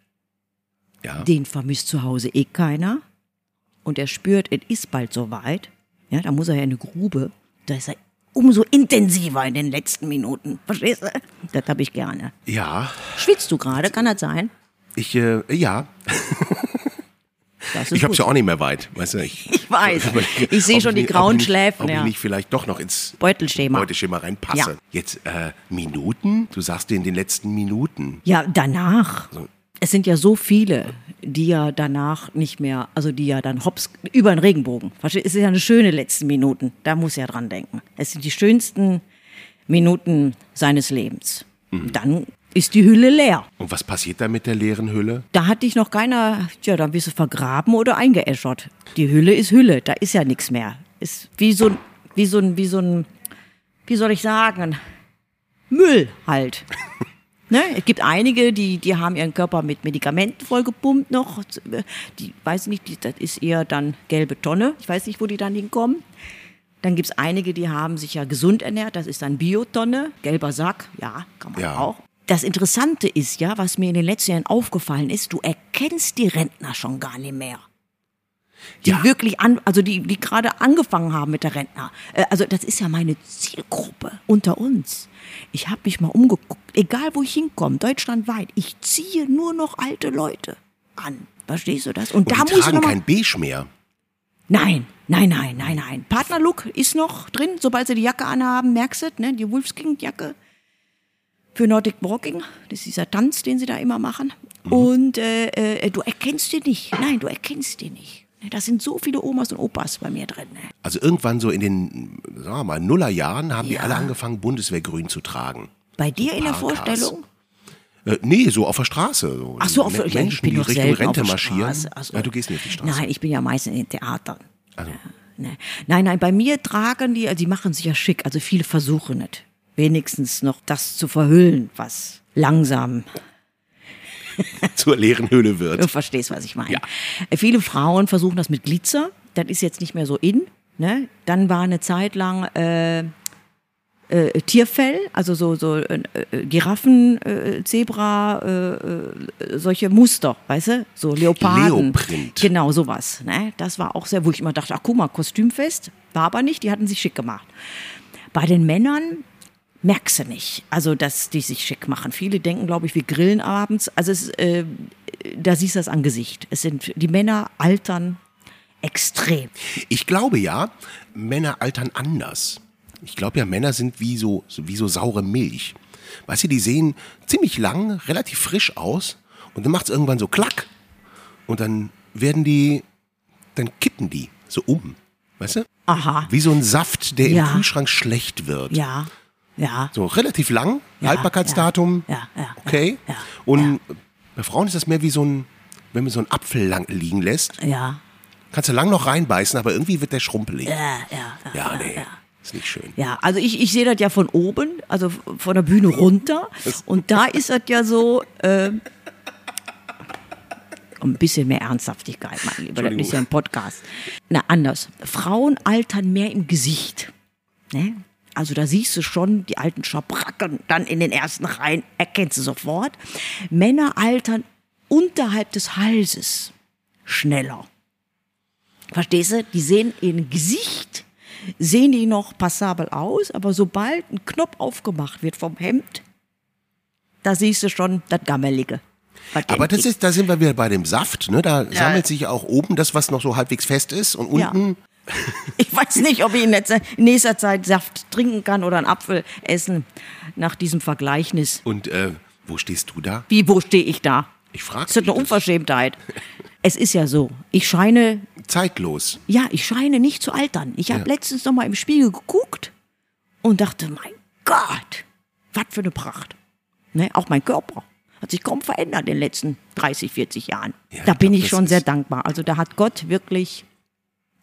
C: Ja.
D: den vermisst zu Hause eh keiner und er spürt, es ist bald soweit. Ja, da muss er ja in eine Grube, da ist er umso intensiver in den letzten Minuten. Verstehst du? Das habe ich gerne.
C: Ja,
D: Schwitzt du gerade? Kann das sein?
C: ich, äh, ja.
D: Das ist
C: Ich hab's
D: gut. Ah,
C: ja auch nicht mehr weit, weißt du? Ich,
D: Ich weiß. Ich sehe
C: ob
D: schon die
C: nicht- ob
D: grauen
C: ich nicht-
D: Schläfen.
C: Ob
D: Ja.
C: ich nicht vielleicht doch noch ins
D: Beutelschema.
C: Beuteschema reinpasse.
D: Ja.
C: Jetzt, äh, Minuten? Du sagst dir in den letzten Minuten.
D: Ja, danach. Es sind ja so viele, die ja danach nicht mehr, also die ja dann hops über den Regenbogen. Verstehst du? Es ist ja eine schöne letzten Minuten. Da muss er dran denken. Es sind die schönsten Minuten seines Lebens. Dann ist die Hülle leer.
C: Und was passiert da mit der leeren Hülle?
D: Da hat dich noch keiner, ja, dann bist du vergraben oder eingeäschert. Die Hülle ist Hülle, da ist ja nichts mehr. Ist wie so ein, wie so ein, wie so ein, wie soll ich sagen, Müll halt. ne? Es gibt einige, die, die haben ihren Körper mit Medikamenten vollgepumpt noch. Die, weiß nicht, die, das ist eher dann gelbe Tonne. Ich weiß nicht, wo die dann hinkommen. Dann gibt's einige, die haben sich ja gesund ernährt. Das ist dann Biotonne, gelber Sack. Ja, kann man
C: Ja.
D: auch. Das Interessante ist ja, was mir in den letzten Jahren aufgefallen ist, du erkennst die Rentner schon gar nicht mehr. Die
C: Ja.
D: wirklich an, also die, die gerade angefangen haben mit der Rentner. Äh, Also das ist ja meine Zielgruppe unter uns. Ich habe mich mal umgeguckt, egal wo ich hinkomme, deutschlandweit, ich ziehe nur noch alte Leute an. Verstehst du das? Und,
C: Und
D: da
C: die
D: muss ich
C: tragen
D: noch mal
C: kein Beige mehr.
D: Nein, nein, nein, nein, nein. Partnerlook ist noch drin, sobald sie die Jacke anhaben, merkst du, ne? Die Wolfsking-Jacke für Nordic Walking. Das ist dieser Tanz, den sie da immer machen. Und äh, äh, du erkennst den nicht. Nein, du erkennst den nicht. Ne, Da sind so viele Omas und Opas bei mir drin. Ne?
C: Also irgendwann so in den, sagen wir mal, Nullerjahren haben die
D: Ja.
C: alle angefangen, Bundeswehrgrün zu tragen.
D: Bei dir in der
C: Parkas.
D: Vorstellung?
C: Äh, nee, so auf der Straße. So.
D: Ach so, auf,
C: Men-
D: ja, ich bin
C: die
D: doch
C: Richtung
D: selten
C: Rente
D: auf der
C: marschieren.
D: Straße. Also, Ach so.
C: ja, du gehst nicht auf die Straße. Also.
D: Nein, ich bin ja meistens in den Theatern. Ne. Nein, nein, bei mir tragen die, die machen sich ja schick, also viele versuchen nicht. Wenigstens noch das zu verhüllen, was langsam
C: Zur leeren Höhle wird.
D: Du verstehst, was ich meine. Äh, Viele Frauen versuchen das mit Glitzer. Das ist jetzt nicht mehr so in. Ne? Dann war eine Zeit lang äh, äh, Tierfell, also so, so äh, äh, Giraffen, äh, Zebra, äh, äh, solche Muster, weißt du? So Leoparden.
C: Leoprint.
D: Genau, sowas. Ne? Das war auch sehr, wo ich immer dachte, ach guck mal, Kostümfest. War aber nicht, die hatten sich schick gemacht. Bei den Männern merkst du nicht, also dass die sich schick machen. Viele denken, glaube ich, wir grillen abends. Also es, äh, da siehst du das an Gesicht. Es sind die Männer altern extrem.
C: Ich glaube ja, Männer altern anders. Ich glaube ja, Männer sind wie so, wie so saure Milch. Weißt du, die sehen ziemlich lang, relativ frisch aus und dann macht es irgendwann so klack. Und dann werden die, dann kippen die so um. Weißt du?
D: Aha.
C: Wie so ein Saft, der
D: Ja.
C: im Kühlschrank schlecht wird.
D: Ja, ja.
C: So relativ lang, Haltbarkeitsdatum.
D: ja, ja, ja,
C: okay.
D: ja, ja.
C: und bei Frauen ist das mehr wie so ein, wenn man so einen Apfel lang liegen lässt
D: Ja.
C: Kannst du lang noch reinbeißen, aber irgendwie wird der schrumpelig.
D: Ja, ja, ja.
C: ja, nee. Ist nicht schön.
D: Ja, also ich, ich sehe das ja von oben, also von der Bühne runter. Und da ist das ja so. ähm, ein bisschen mehr Ernsthaftigkeit, mein Lieber. Das ist ja ein Podcast. Na, anders. Frauen altern mehr im Gesicht. Ne? Also da siehst du schon die alten Schabracken dann in den ersten Reihen, erkennst du sofort. Männer altern unterhalb des Halses schneller. Verstehst du? Die sehen in Gesicht, sehen die noch passabel aus, aber sobald ein Knopf aufgemacht wird vom Hemd, da siehst du schon das Gammelige. Was
C: Aber das
D: entgeht.
C: ist, da sind wir wieder bei dem Saft, ne? Da sammelt sich auch oben das, was noch so halbwegs fest ist und
D: Ja.
C: unten.
D: Ich weiß nicht, ob ich in letzter- in nächster Zeit Saft trinken kann oder einen Apfel essen nach diesem Vergleichnis.
C: Und äh, wo stehst du da?
D: Wie, wo stehe ich da?
C: Ich frage
D: Ist das eine Unverschämtheit? Es ist ja so, ich scheine,
C: Zeitlos.
D: ja, ich scheine nicht zu altern. Ich habe letztens noch mal im Spiegel geguckt und dachte, mein Gott, was für eine Pracht. Ne? Auch mein Körper hat sich kaum verändert in den letzten 30, 40 Jahren.
C: Ja,
D: da
C: ich
D: bin
C: glaub,
D: ich
C: das
D: schon
C: ist-
D: sehr dankbar. Also da hat Gott wirklich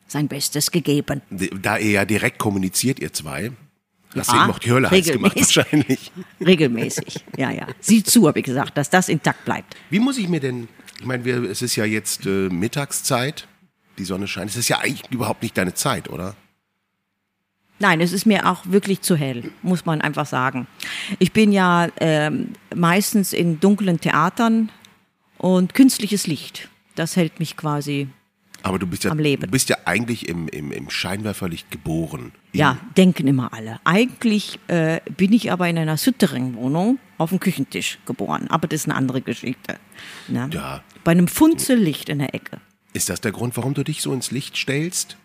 D: sein Bestes gegeben.
C: Da ihr ja direkt kommuniziert, ihr zwei, hast du
D: Ja,
C: eben noch die Hölle heiß gemacht
D: Ah, regelmäßig.
C: wahrscheinlich.
D: Regelmäßig, ja, ja. Sieh zu, habe ich gesagt, dass das intakt bleibt.
C: Wie muss ich mir denn, ich meine, wir- es ist ja jetzt äh, Mittagszeit, die Sonne scheint. Es ist ja eigentlich überhaupt nicht deine Zeit, oder?
D: Nein, es ist mir auch wirklich zu hell, muss man einfach sagen. Ich bin ja ähm, meistens in dunklen Theatern und künstliches Licht, das hält mich quasi,
C: Aber du bist ja,
D: Am Leben.
C: Du bist ja eigentlich im, im, im Scheinwerferlicht geboren.
D: ja, denken immer alle. Eigentlich äh, bin ich aber in einer Süttering-Wohnung auf dem Küchentisch geboren, aber das ist eine andere Geschichte. Ne?
C: Ja.
D: Bei einem Funzel Licht in der Ecke.
C: Ist das der Grund, warum du dich so ins Licht stellst?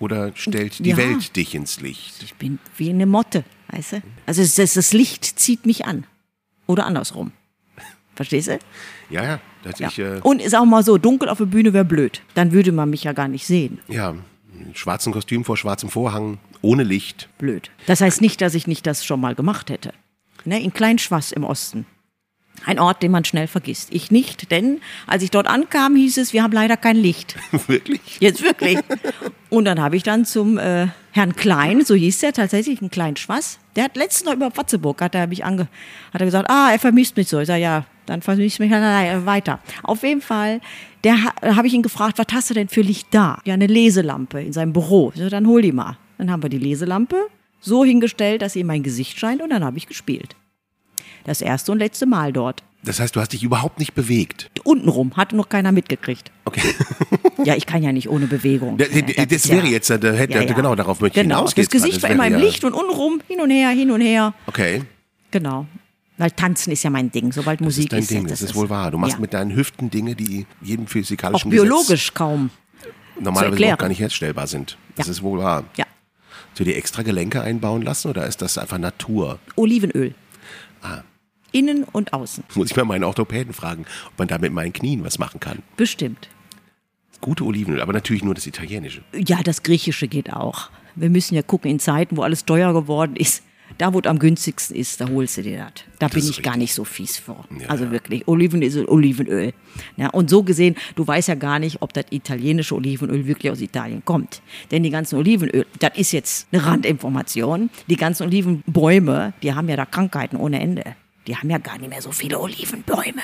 C: Oder stellt die
D: Ja.
C: Welt dich ins Licht?
D: Ich bin wie eine Motte, weißt du? Also es- das, das Licht zieht mich an. Oder andersrum. Verstehst du?
C: Ja, ja. Dass Ich, äh,
D: Und ist auch mal so, dunkel auf der Bühne wäre blöd. Dann würde man mich ja gar nicht sehen.
C: ja, in schwarzem Kostüm vor schwarzem Vorhang, ohne Licht.
D: Blöd. Das heißt nicht, dass ich nicht das schon mal gemacht hätte. Ne? In Kleinschwass im Osten. Ein Ort, den man schnell vergisst. Ich nicht, denn als ich dort ankam, hieß es, wir haben leider kein Licht.
C: Wirklich?
D: Jetzt wirklich. Und dann habe ich dann zum äh, Herrn Klein, so hieß der tatsächlich, einen kleinen Schwass. Der hat letztens noch über Watzeburg, hat er mich ange, hat er gesagt, ah, er vermisst mich so. Ich sage, ja, dann vermisst mich halt weiter. Auf jeden Fall, der ha- habe ich ihn gefragt, was hast du denn für Licht da? Ja, eine Leselampe in seinem Büro. Ich sag, dann hol die mal. Dann haben wir die Leselampe so hingestellt, dass sie in mein Gesicht scheint und dann habe ich gespielt. Das erste und letzte Mal dort.
C: Das heißt, du hast dich überhaupt nicht bewegt.
D: Untenrum hat noch keiner mitgekriegt.
C: Okay.
D: Ja, ich kann ja nicht ohne Bewegung.
C: Das,
D: Ja,
C: das,
D: ist
C: wäre
D: ja-
C: jetzt, da hätte,
D: Ja, ja.
C: genau, darauf möchte ich
D: Genau,
C: hinaus.
D: das Gesicht war immer im Licht und unrum, hin und her, hin und her.
C: Okay,
D: Genau. Weil tanzen ist ja mein Ding, sobald
C: das
D: Musik
C: ist dein
D: ist.
C: Ding, das, ist wohl wahr. Du machst
D: ja.
C: mit deinen Hüften Dinge, die jedem
D: Auch
C: physikalischen Gesetz
D: biologisch kaum.
C: normalerweise
D: erklären.
C: auch gar nicht herstellbar sind. Das
D: Ja.
C: ist wohl wahr.
D: Ja.
C: Hast du dir extra Gelenke einbauen lassen oder ist das einfach Natur?
D: Olivenöl.
C: Ah.
D: Innen und außen.
C: Muss ich mal meinen Orthopäden fragen, ob man da mit meinen Knien was machen kann.
D: Bestimmt.
C: Gute Olivenöl, aber natürlich nur das italienische.
D: Ja, das Griechische geht auch. Wir müssen ja gucken, in Zeiten, wo alles teuer geworden ist, da wo es am günstigsten ist, da holst du dir das. Da bin ich
C: ist
D: gar nicht so fies vor.
C: Ja,
D: also
C: ja.
D: wirklich, Olivenöl ist Olivenöl. Ja, und so gesehen, du weißt ja gar nicht, ob das italienische Olivenöl wirklich aus Italien kommt. Denn die ganzen Olivenöl, das ist jetzt eine Randinformation, die ganzen Olivenbäume, die haben ja da Krankheiten ohne Ende. Die haben ja gar nicht mehr so viele Olivenbäume.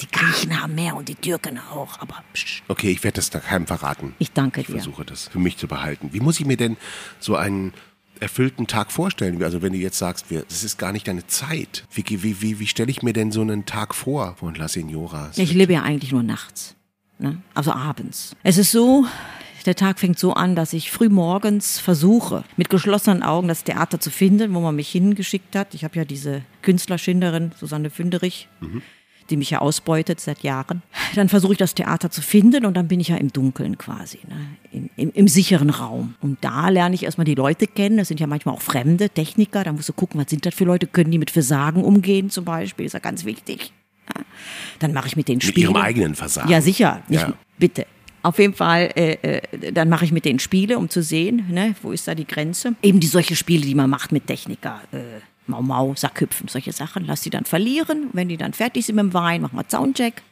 D: Die Griechen haben mehr und die Türken auch, aber psch,
C: Okay, ich werde das da keinem verraten.
D: ich danke
C: Ich
D: dir.
C: versuche das für mich zu behalten. Wie muss ich mir denn so einen erfüllten Tag vorstellen? Also wenn du jetzt sagst, wir- das ist gar nicht deine Zeit. Vicky, wie, wie, wie stelle ich mir denn so einen Tag vor von La Senora?
D: Ich lebe ja eigentlich nur nachts. Ne? Also abends. Es ist so, der Tag fängt so an, dass ich früh morgens versuche, mit geschlossenen Augen das Theater zu finden, wo man mich hingeschickt hat. Ich habe ja diese Künstlerschinderin, Susanne Fünderich, die mich ja ausbeutet seit Jahren. Dann versuche ich das Theater zu finden und dann bin ich ja im Dunkeln quasi, ne? Im, im, im sicheren Raum. Und da lerne ich erstmal die Leute kennen. Das sind ja manchmal auch fremde Techniker. Da musst du gucken, was sind das für Leute, können die mit Versagen umgehen zum Beispiel, ist ja ganz wichtig. Ja? Dann mache ich mit denen
C: Mit
D: Spiele.
C: ihrem eigenen Versagen.
D: Ja, sicher. Nicht,
C: Ja.
D: Bitte. Auf jeden Fall, äh, äh, dann mache ich mit denen Spiele, um zu sehen, ne, wo ist da die Grenze. Eben die solche Spiele, die man macht mit Techniker. Äh, Mau Mau, Sackhüpfen, solche Sachen. Lass die dann verlieren. Wenn die dann fertig sind mit dem Wein, machen wir Soundcheck.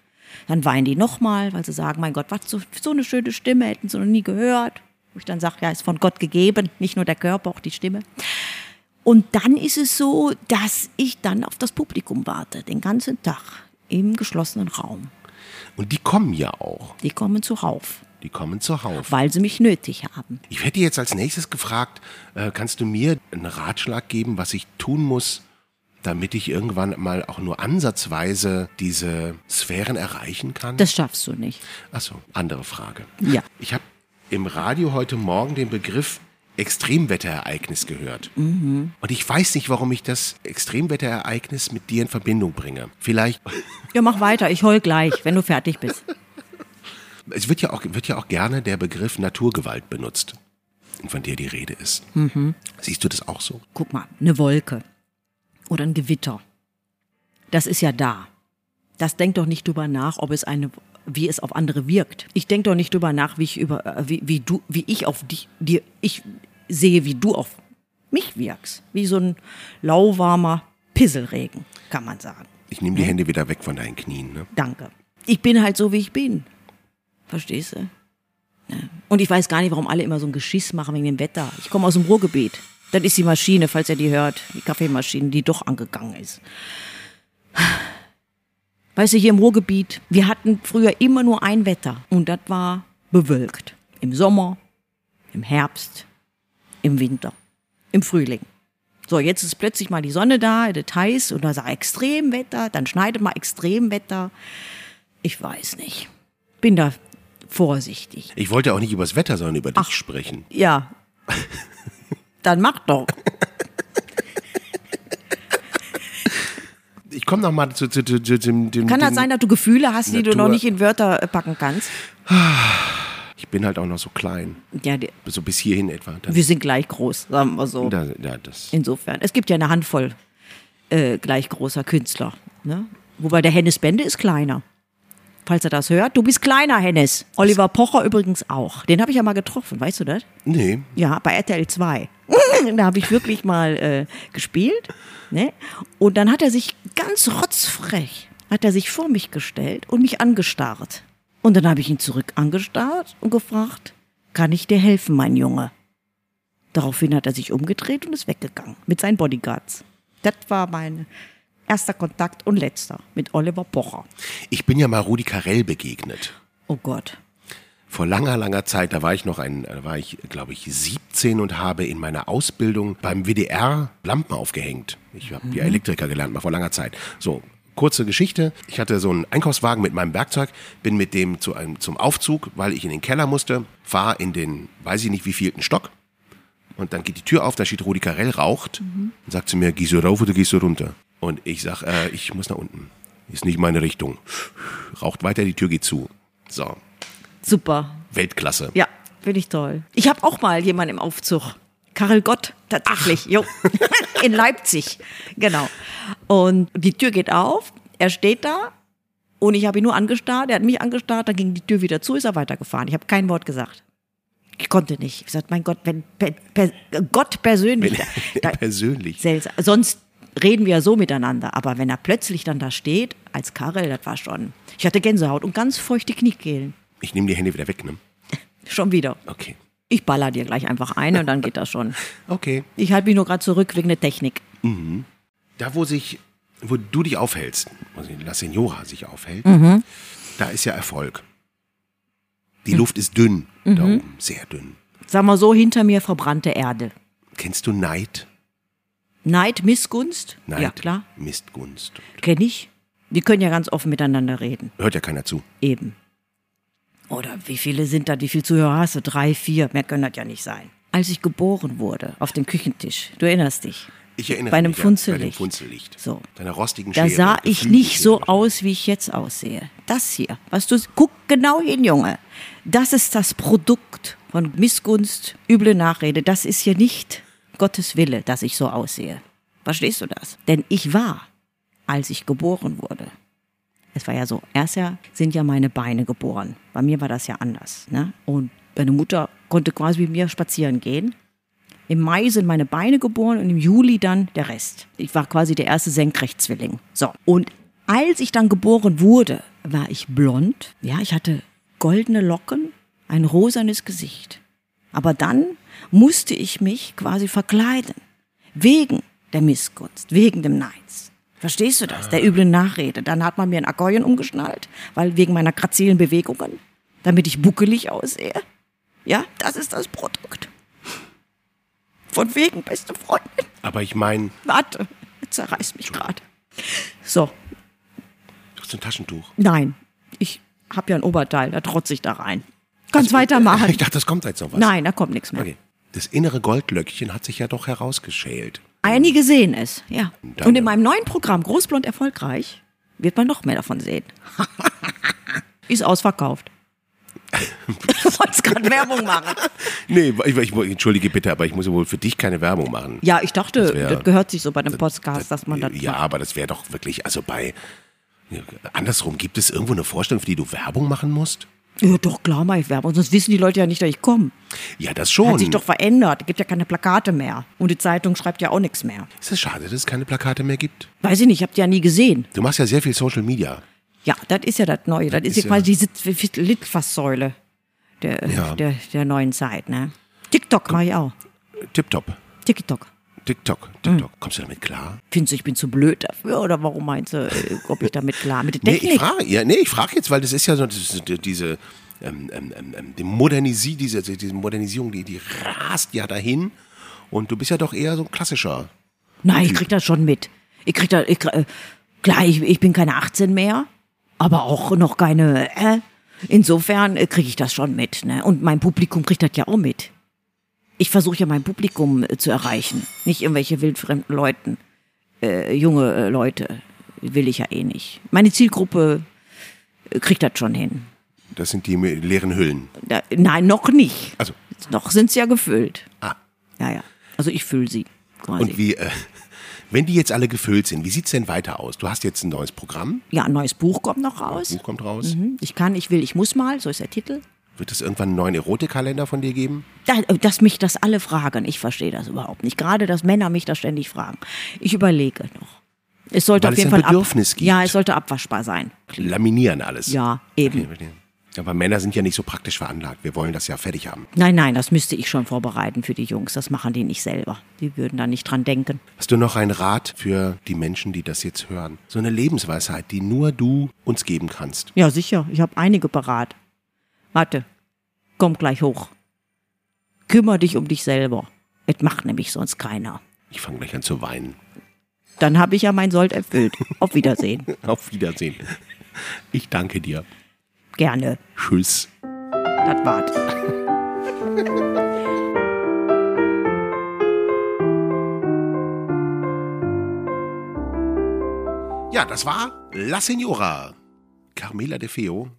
D: Dann weinen die nochmal, weil sie sagen, mein Gott, was so, so eine schöne Stimme, hätten sie noch nie gehört. Wo ich dann sage, ja, ist von Gott gegeben, nicht nur der Körper, auch die Stimme. Und dann ist es so, dass ich dann auf das Publikum warte, den ganzen Tag im geschlossenen Raum.
C: Und die kommen ja auch.
D: Die kommen zuhauf,
C: Die kommen zuhauf.
D: weil sie mich nötig haben.
C: Ich hätte jetzt als nächstes gefragt, äh, kannst du mir einen Ratschlag geben, was ich tun muss, damit ich irgendwann mal auch nur ansatzweise diese Sphären erreichen kann?
D: Das schaffst du nicht.
C: Achso, andere Frage.
D: Ja.
C: Ich habe im Radio heute Morgen den Begriff Extremwetterereignis gehört.
D: Mhm.
C: Und ich weiß nicht, warum ich das Extremwetterereignis mit dir in Verbindung bringe. Vielleicht,
D: Ja, mach weiter, ich heul gleich, wenn du fertig bist.
C: es wird ja auch, wird ja auch gerne der Begriff Naturgewalt benutzt, von der die Rede ist.
D: Mhm.
C: Siehst du das auch so?
D: Guck mal, eine Wolke oder ein Gewitter. Das ist ja da. Das denkt doch nicht drüber nach, ob es eine wie es auf andere wirkt. Ich denke doch nicht drüber nach, wie ich über äh, wie, wie du wie ich auf dich dir ich sehe, wie du auf mich wirkst, wie so ein lauwarmer Pisselregen, kann man sagen.
C: Ich nehme die Hände wieder weg von deinen Knien. Ne?
D: Danke. Ich bin halt so, wie ich bin. Verstehst du? Ne? Und ich weiß gar nicht, warum alle immer so ein Geschiss machen wegen dem Wetter. Ich komme aus dem Ruhrgebiet. Das ist die Maschine, falls ihr die hört. Die Kaffeemaschine, die doch angegangen ist. Weißt du, hier im Ruhrgebiet, wir hatten früher immer nur ein Wetter. Und das war bewölkt. Im Sommer, im Herbst, im Winter, im Frühling. So, jetzt ist plötzlich mal die Sonne da, das heiß und da ist Extremwetter, dann schneidet mal Extremwetter. Ich weiß nicht. Bin da vorsichtig.
C: Ich wollte auch nicht über das Wetter, sondern über dich sprechen.
D: Ja. dann mach doch.
C: Ich komme noch mal zu, zu, zu, zu dem, dem...
D: Kann
C: dem,
D: das sein, dass du Gefühle hast, die du noch
C: Natur-
D: nicht in Wörter äh, packen kannst?
C: Ich bin halt auch noch so klein.
D: Ja, die,
C: So bis hierhin etwa. Dann,
D: wir sind gleich groß, sagen wir so.
C: da, da, das.
D: Insofern. Es gibt ja eine Handvoll äh, gleich großer Künstler. Ne? Wobei der Hennes Bende ist kleiner. Falls er das hört. Du bist kleiner, Hennes. Oliver Pocher übrigens auch. Den habe ich ja mal getroffen, weißt du das?
C: Nee,
D: Ja, bei RTL 2. da habe ich wirklich mal äh, gespielt. Ne? Und dann hat er sich ganz rotzfrech, hat er sich vor mich gestellt und mich angestarrt. Und dann habe ich ihn zurück angestarrt und gefragt, kann ich dir helfen, mein Junge? Daraufhin hat er sich umgedreht und ist weggegangen mit seinen Bodyguards. Das war mein erster Kontakt und letzter mit Oliver Pocher.
C: Ich bin ja mal Rudi Carell begegnet.
D: Oh Gott.
C: Vor langer, langer Zeit, da war ich noch ein, da war ich, glaube ich, 17 und habe in meiner Ausbildung beim WDR Lampen aufgehängt. Ich habe ja Elektriker gelernt, mal vor langer Zeit. So, kurze Geschichte. Ich hatte so einen Einkaufswagen mit meinem Werkzeug, bin mit dem zu einem, zum Aufzug, weil ich in den Keller musste, fahr in den, weiß ich nicht wievielten Stock. Und dann geht die Tür auf, da steht Rudi Carell, raucht und sagt zu mir, gehst du rauf oder gehst du runter? Und ich sag, äh, ich muss nach unten. Ist nicht meine Richtung. Raucht weiter, die Tür geht zu. So,
D: Super.
C: Weltklasse.
D: Ja, finde ich toll. Ich habe auch mal jemanden im Aufzug. Karel Gott, tatsächlich, jo. In Leipzig, genau. Und die Tür geht auf, er steht da und ich habe ihn nur angestarrt, er hat mich angestarrt, dann ging die Tür wieder zu, ist er weitergefahren. Ich habe kein Wort gesagt. Ich konnte nicht. Ich sagte, mein Gott, wenn per, per, Gott persönlich, da, da,
C: Äh, Persönlich.
D: seltsam. Sonst reden wir ja so miteinander. Aber wenn er plötzlich dann da steht, als Karel, das war schon. Ich hatte Gänsehaut und ganz feuchte Kniekehlen.
C: Ich nehme die Hände wieder weg, ne?
D: Schon wieder.
C: Okay.
D: Ich baller dir gleich einfach ein und dann geht das schon.
C: Okay.
D: Ich halte mich nur gerade zurück wegen der Technik.
C: Da, wo sich, wo du dich aufhältst, wo sich La Senora sich aufhält,
D: Mhm.
C: da ist ja Erfolg. Die Luft ist dünn da
D: Mhm.
C: oben, sehr dünn.
D: Sag mal so, hinter mir verbrannte Erde.
C: Kennst du Neid?
D: Neid, Missgunst?
C: Neid,
D: Ja, klar.
C: Mistgunst.
D: Kenn ich. Die können ja ganz offen miteinander reden.
C: Hört ja keiner zu.
D: Eben. Oder wie viele sind da? Wie viele Zuhörer hast du? Drei, vier. Mehr können das ja nicht sein. Als ich geboren wurde, auf dem Küchentisch, du erinnerst dich,
C: Ich erinnere
D: Bei einem
C: mich ja, Bei dem
D: Funzellicht.
C: Funzellicht.
D: So.
C: Deiner rostigen
D: da
C: Schere.
D: sah ich
C: Gefühlte
D: nicht so
C: Schere.
D: aus, wie ich jetzt aussehe. Das hier, was du, guck genau hin, Junge. Das ist das Produkt von Missgunst, üble Nachrede. Das ist hier nicht Gottes Wille, dass ich so aussehe. Verstehst du das? Denn ich war, als ich geboren wurde. Es war ja so, erst ja sind ja meine Beine geboren. Bei mir war das ja anders. Ne? Und meine Mutter konnte quasi mit mir spazieren gehen. Im Mai sind meine Beine geboren und im Juli dann der Rest. Ich war quasi der erste Senkrechtzwilling. So. Und als ich dann geboren wurde, war ich blond. Ja, ich hatte goldene Locken, ein rosanes Gesicht. Aber dann musste ich mich quasi verkleiden. Wegen der Missgunst, wegen dem Neids. Verstehst du das? Der üblen Nachrede. Dann hat man mir ein Akkordeon umgeschnallt, weil wegen meiner grazilen Bewegungen, damit ich buckelig aussehe. Ja, das ist das Produkt. Von wegen, beste Freundin.
C: Aber ich meine,
D: Warte, zerreiß mich gerade. So,
C: du hast ein Taschentuch.
D: nein, ich habe ja ein Oberteil, da trotze ich da rein. Kannst weitermachen.
C: Also, Ich dachte, das kommt jetzt noch was.
D: Nein, da kommt nichts mehr.
C: Okay. Das innere Goldlöckchen hat sich ja doch herausgeschält.
D: Einige sehen es, ja.
C: Danke.
D: Und in meinem neuen Programm, Großblond erfolgreich, wird man noch mehr davon sehen. Ist ausverkauft. Du wolltest gerade Werbung machen.
C: Nee, ich, ich, ich, entschuldige bitte, aber ich muss ja wohl für dich keine Werbung machen.
D: Ja, ich dachte, das,
C: Das wär-
D: gehört sich so bei einem Podcast, dass man das
C: Ja, aber das wäre doch wirklich, also bei. Ja, Andersrum, gibt es irgendwo eine Vorstellung, für die du Werbung machen musst?
D: Ja, doch, klar mache ich Werbung. Sonst wissen die Leute ja nicht, dass ich komme.
C: Ja, das
D: Hat
C: schon.
D: sich doch verändert. Es gibt ja keine Plakate mehr. Und die Zeitung schreibt ja auch nichts mehr.
C: Ist es schade, dass es keine Plakate mehr gibt?
D: Weiß ich nicht, ich habe die ja nie gesehen.
C: Du machst ja sehr viel Social Media.
D: Ja, das ist ja das Neue. Das, ist ja
C: ist
D: quasi die Litfaßsäule der, äh,
C: Ja.
D: der, der neuen Zeit. Ne? TikTok mache ich auch.
C: Tipptopp.
D: TikTok.
C: TikTok, TikTok.
D: Hm.
C: Kommst du damit klar?
D: Findest du, ich bin zu blöd dafür? Oder warum meinst du, äh, ob ich damit klar mit der
C: Nee, ich
D: Technik?
C: frage, ja, nee, ich frage jetzt, weil das ist ja so das ist diese, ähm, ähm, ähm, ähm, die, Modernisi, diese, diese Modernisierung, die, die rast ja dahin. Und du bist ja doch eher so ein klassischer.
D: Nein, ich krieg das schon mit. Ich krieg da, ich, äh, klar, ich, ich bin keine 18 mehr, aber auch noch keine, äh, insofern äh, kriege ich das schon mit. Ne? Und mein Publikum kriegt das ja auch mit. Ich versuche ja mein Publikum äh, zu erreichen, nicht irgendwelche wildfremden Leuten, äh, junge äh, Leute, will ich ja eh nicht. Meine Zielgruppe äh, kriegt das schon hin.
C: Das sind die leeren Hüllen.
D: Da, nein, noch nicht.
C: Also,
D: Noch sind sie ja gefüllt.
C: ah.
D: Ja, ja. Also ich fühle sie quasi.
C: Und wie, äh, wenn die jetzt alle gefüllt sind, wie sieht's denn weiter aus? Du hast jetzt ein neues Programm.
D: Ja, ein neues Buch kommt noch raus.
C: Buch kommt raus.
D: Hm, Ich kann, ich will, ich muss mal, so ist der Titel.
C: Wird es irgendwann einen neuen Erotikkalender von dir geben?
D: Da, äh, dass mich das alle fragen, ich verstehe das überhaupt nicht. Gerade, dass Männer mich das ständig fragen. Ich überlege noch. Es sollte
C: Weil
D: auf
C: es
D: jeden
C: ein
D: Fall ab-
C: Bedürfnis gibt.
D: Ja, es sollte abwaschbar sein.
C: Laminieren alles.
D: Ja, eben.
C: Okay, verstehe. Aber Männer sind ja nicht so praktisch veranlagt. Wir wollen das ja fertig haben.
D: Nein, nein, das müsste ich schon vorbereiten für die Jungs. Das machen die nicht selber. Die würden da nicht dran denken.
C: Hast du noch einen Rat für die Menschen, die das jetzt hören? So eine Lebensweisheit, die nur du uns geben kannst.
D: Ja, sicher. Ich habe einige parat. Warte, komm gleich hoch. Kümmer dich um dich selber. Es macht nämlich sonst keiner.
C: Ich fange gleich an zu weinen.
D: Dann habe ich ja mein Sold erfüllt. Auf Wiedersehen.
C: Auf Wiedersehen. Ich danke dir.
D: Gerne.
C: Tschüss.
D: Das war's.
C: Ja, das war La Signora. Carmela de Feo.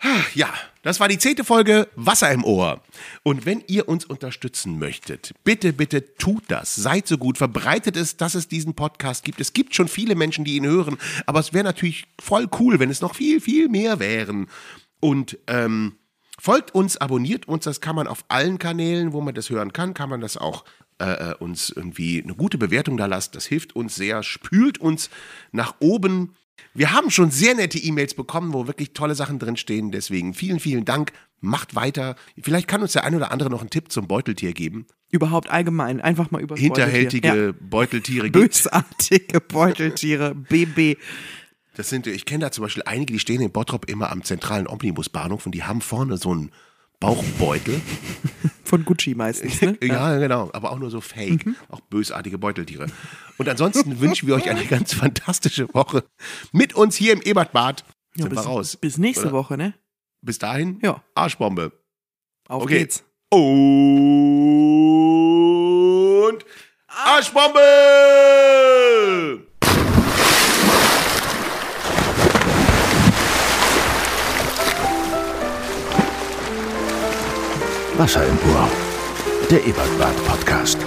C: Ah, Ja, das war die zehnte Folge Wasser im Ohr. Und wenn ihr uns unterstützen möchtet, bitte, bitte tut das. Seid so gut, verbreitet es, dass es diesen Podcast gibt. Es gibt schon viele Menschen, die ihn hören, aber es wäre natürlich voll cool, wenn es noch viel, viel mehr wären. Und ähm, folgt uns, abonniert uns, das kann man auf allen Kanälen, wo man das hören kann, kann man das auch äh, äh, uns irgendwie eine gute Bewertung da lassen. Das hilft uns sehr, spült uns nach oben. Wir haben schon sehr nette E-Mails bekommen, wo wirklich tolle Sachen drinstehen. Deswegen vielen, vielen Dank. Macht weiter. Vielleicht kann uns der ein oder andere noch einen Tipp zum Beuteltier geben.
B: Überhaupt allgemein, einfach mal über das Beuteltier.
C: Hinterhältige
B: Ja.
C: Beuteltiere gibt
B: Bösartige Beuteltiere, BB.
C: Das sind, ich kenne da zum Beispiel einige, die stehen in Bottrop immer am zentralen Omnibusbahnhof und die haben vorne so einen Bauchbeutel.
B: Von Gucci meistens, ne?
C: Ja, genau. Aber auch nur so fake. Auch bösartige Beuteltiere. Und ansonsten wünschen wir euch eine ganz fantastische Woche. Mit uns hier im Ebertbad.
B: Ja,
C: Sind
B: bis,
C: wir raus.
B: Bis nächste
C: Oder?
B: Woche, ne?
C: Bis dahin.
B: Ja.
C: Arschbombe.
B: Auf
C: Okay.
B: geht's.
C: Und Arschbombe!
A: Wasser im Ohr. Der Ebertbad Podcast.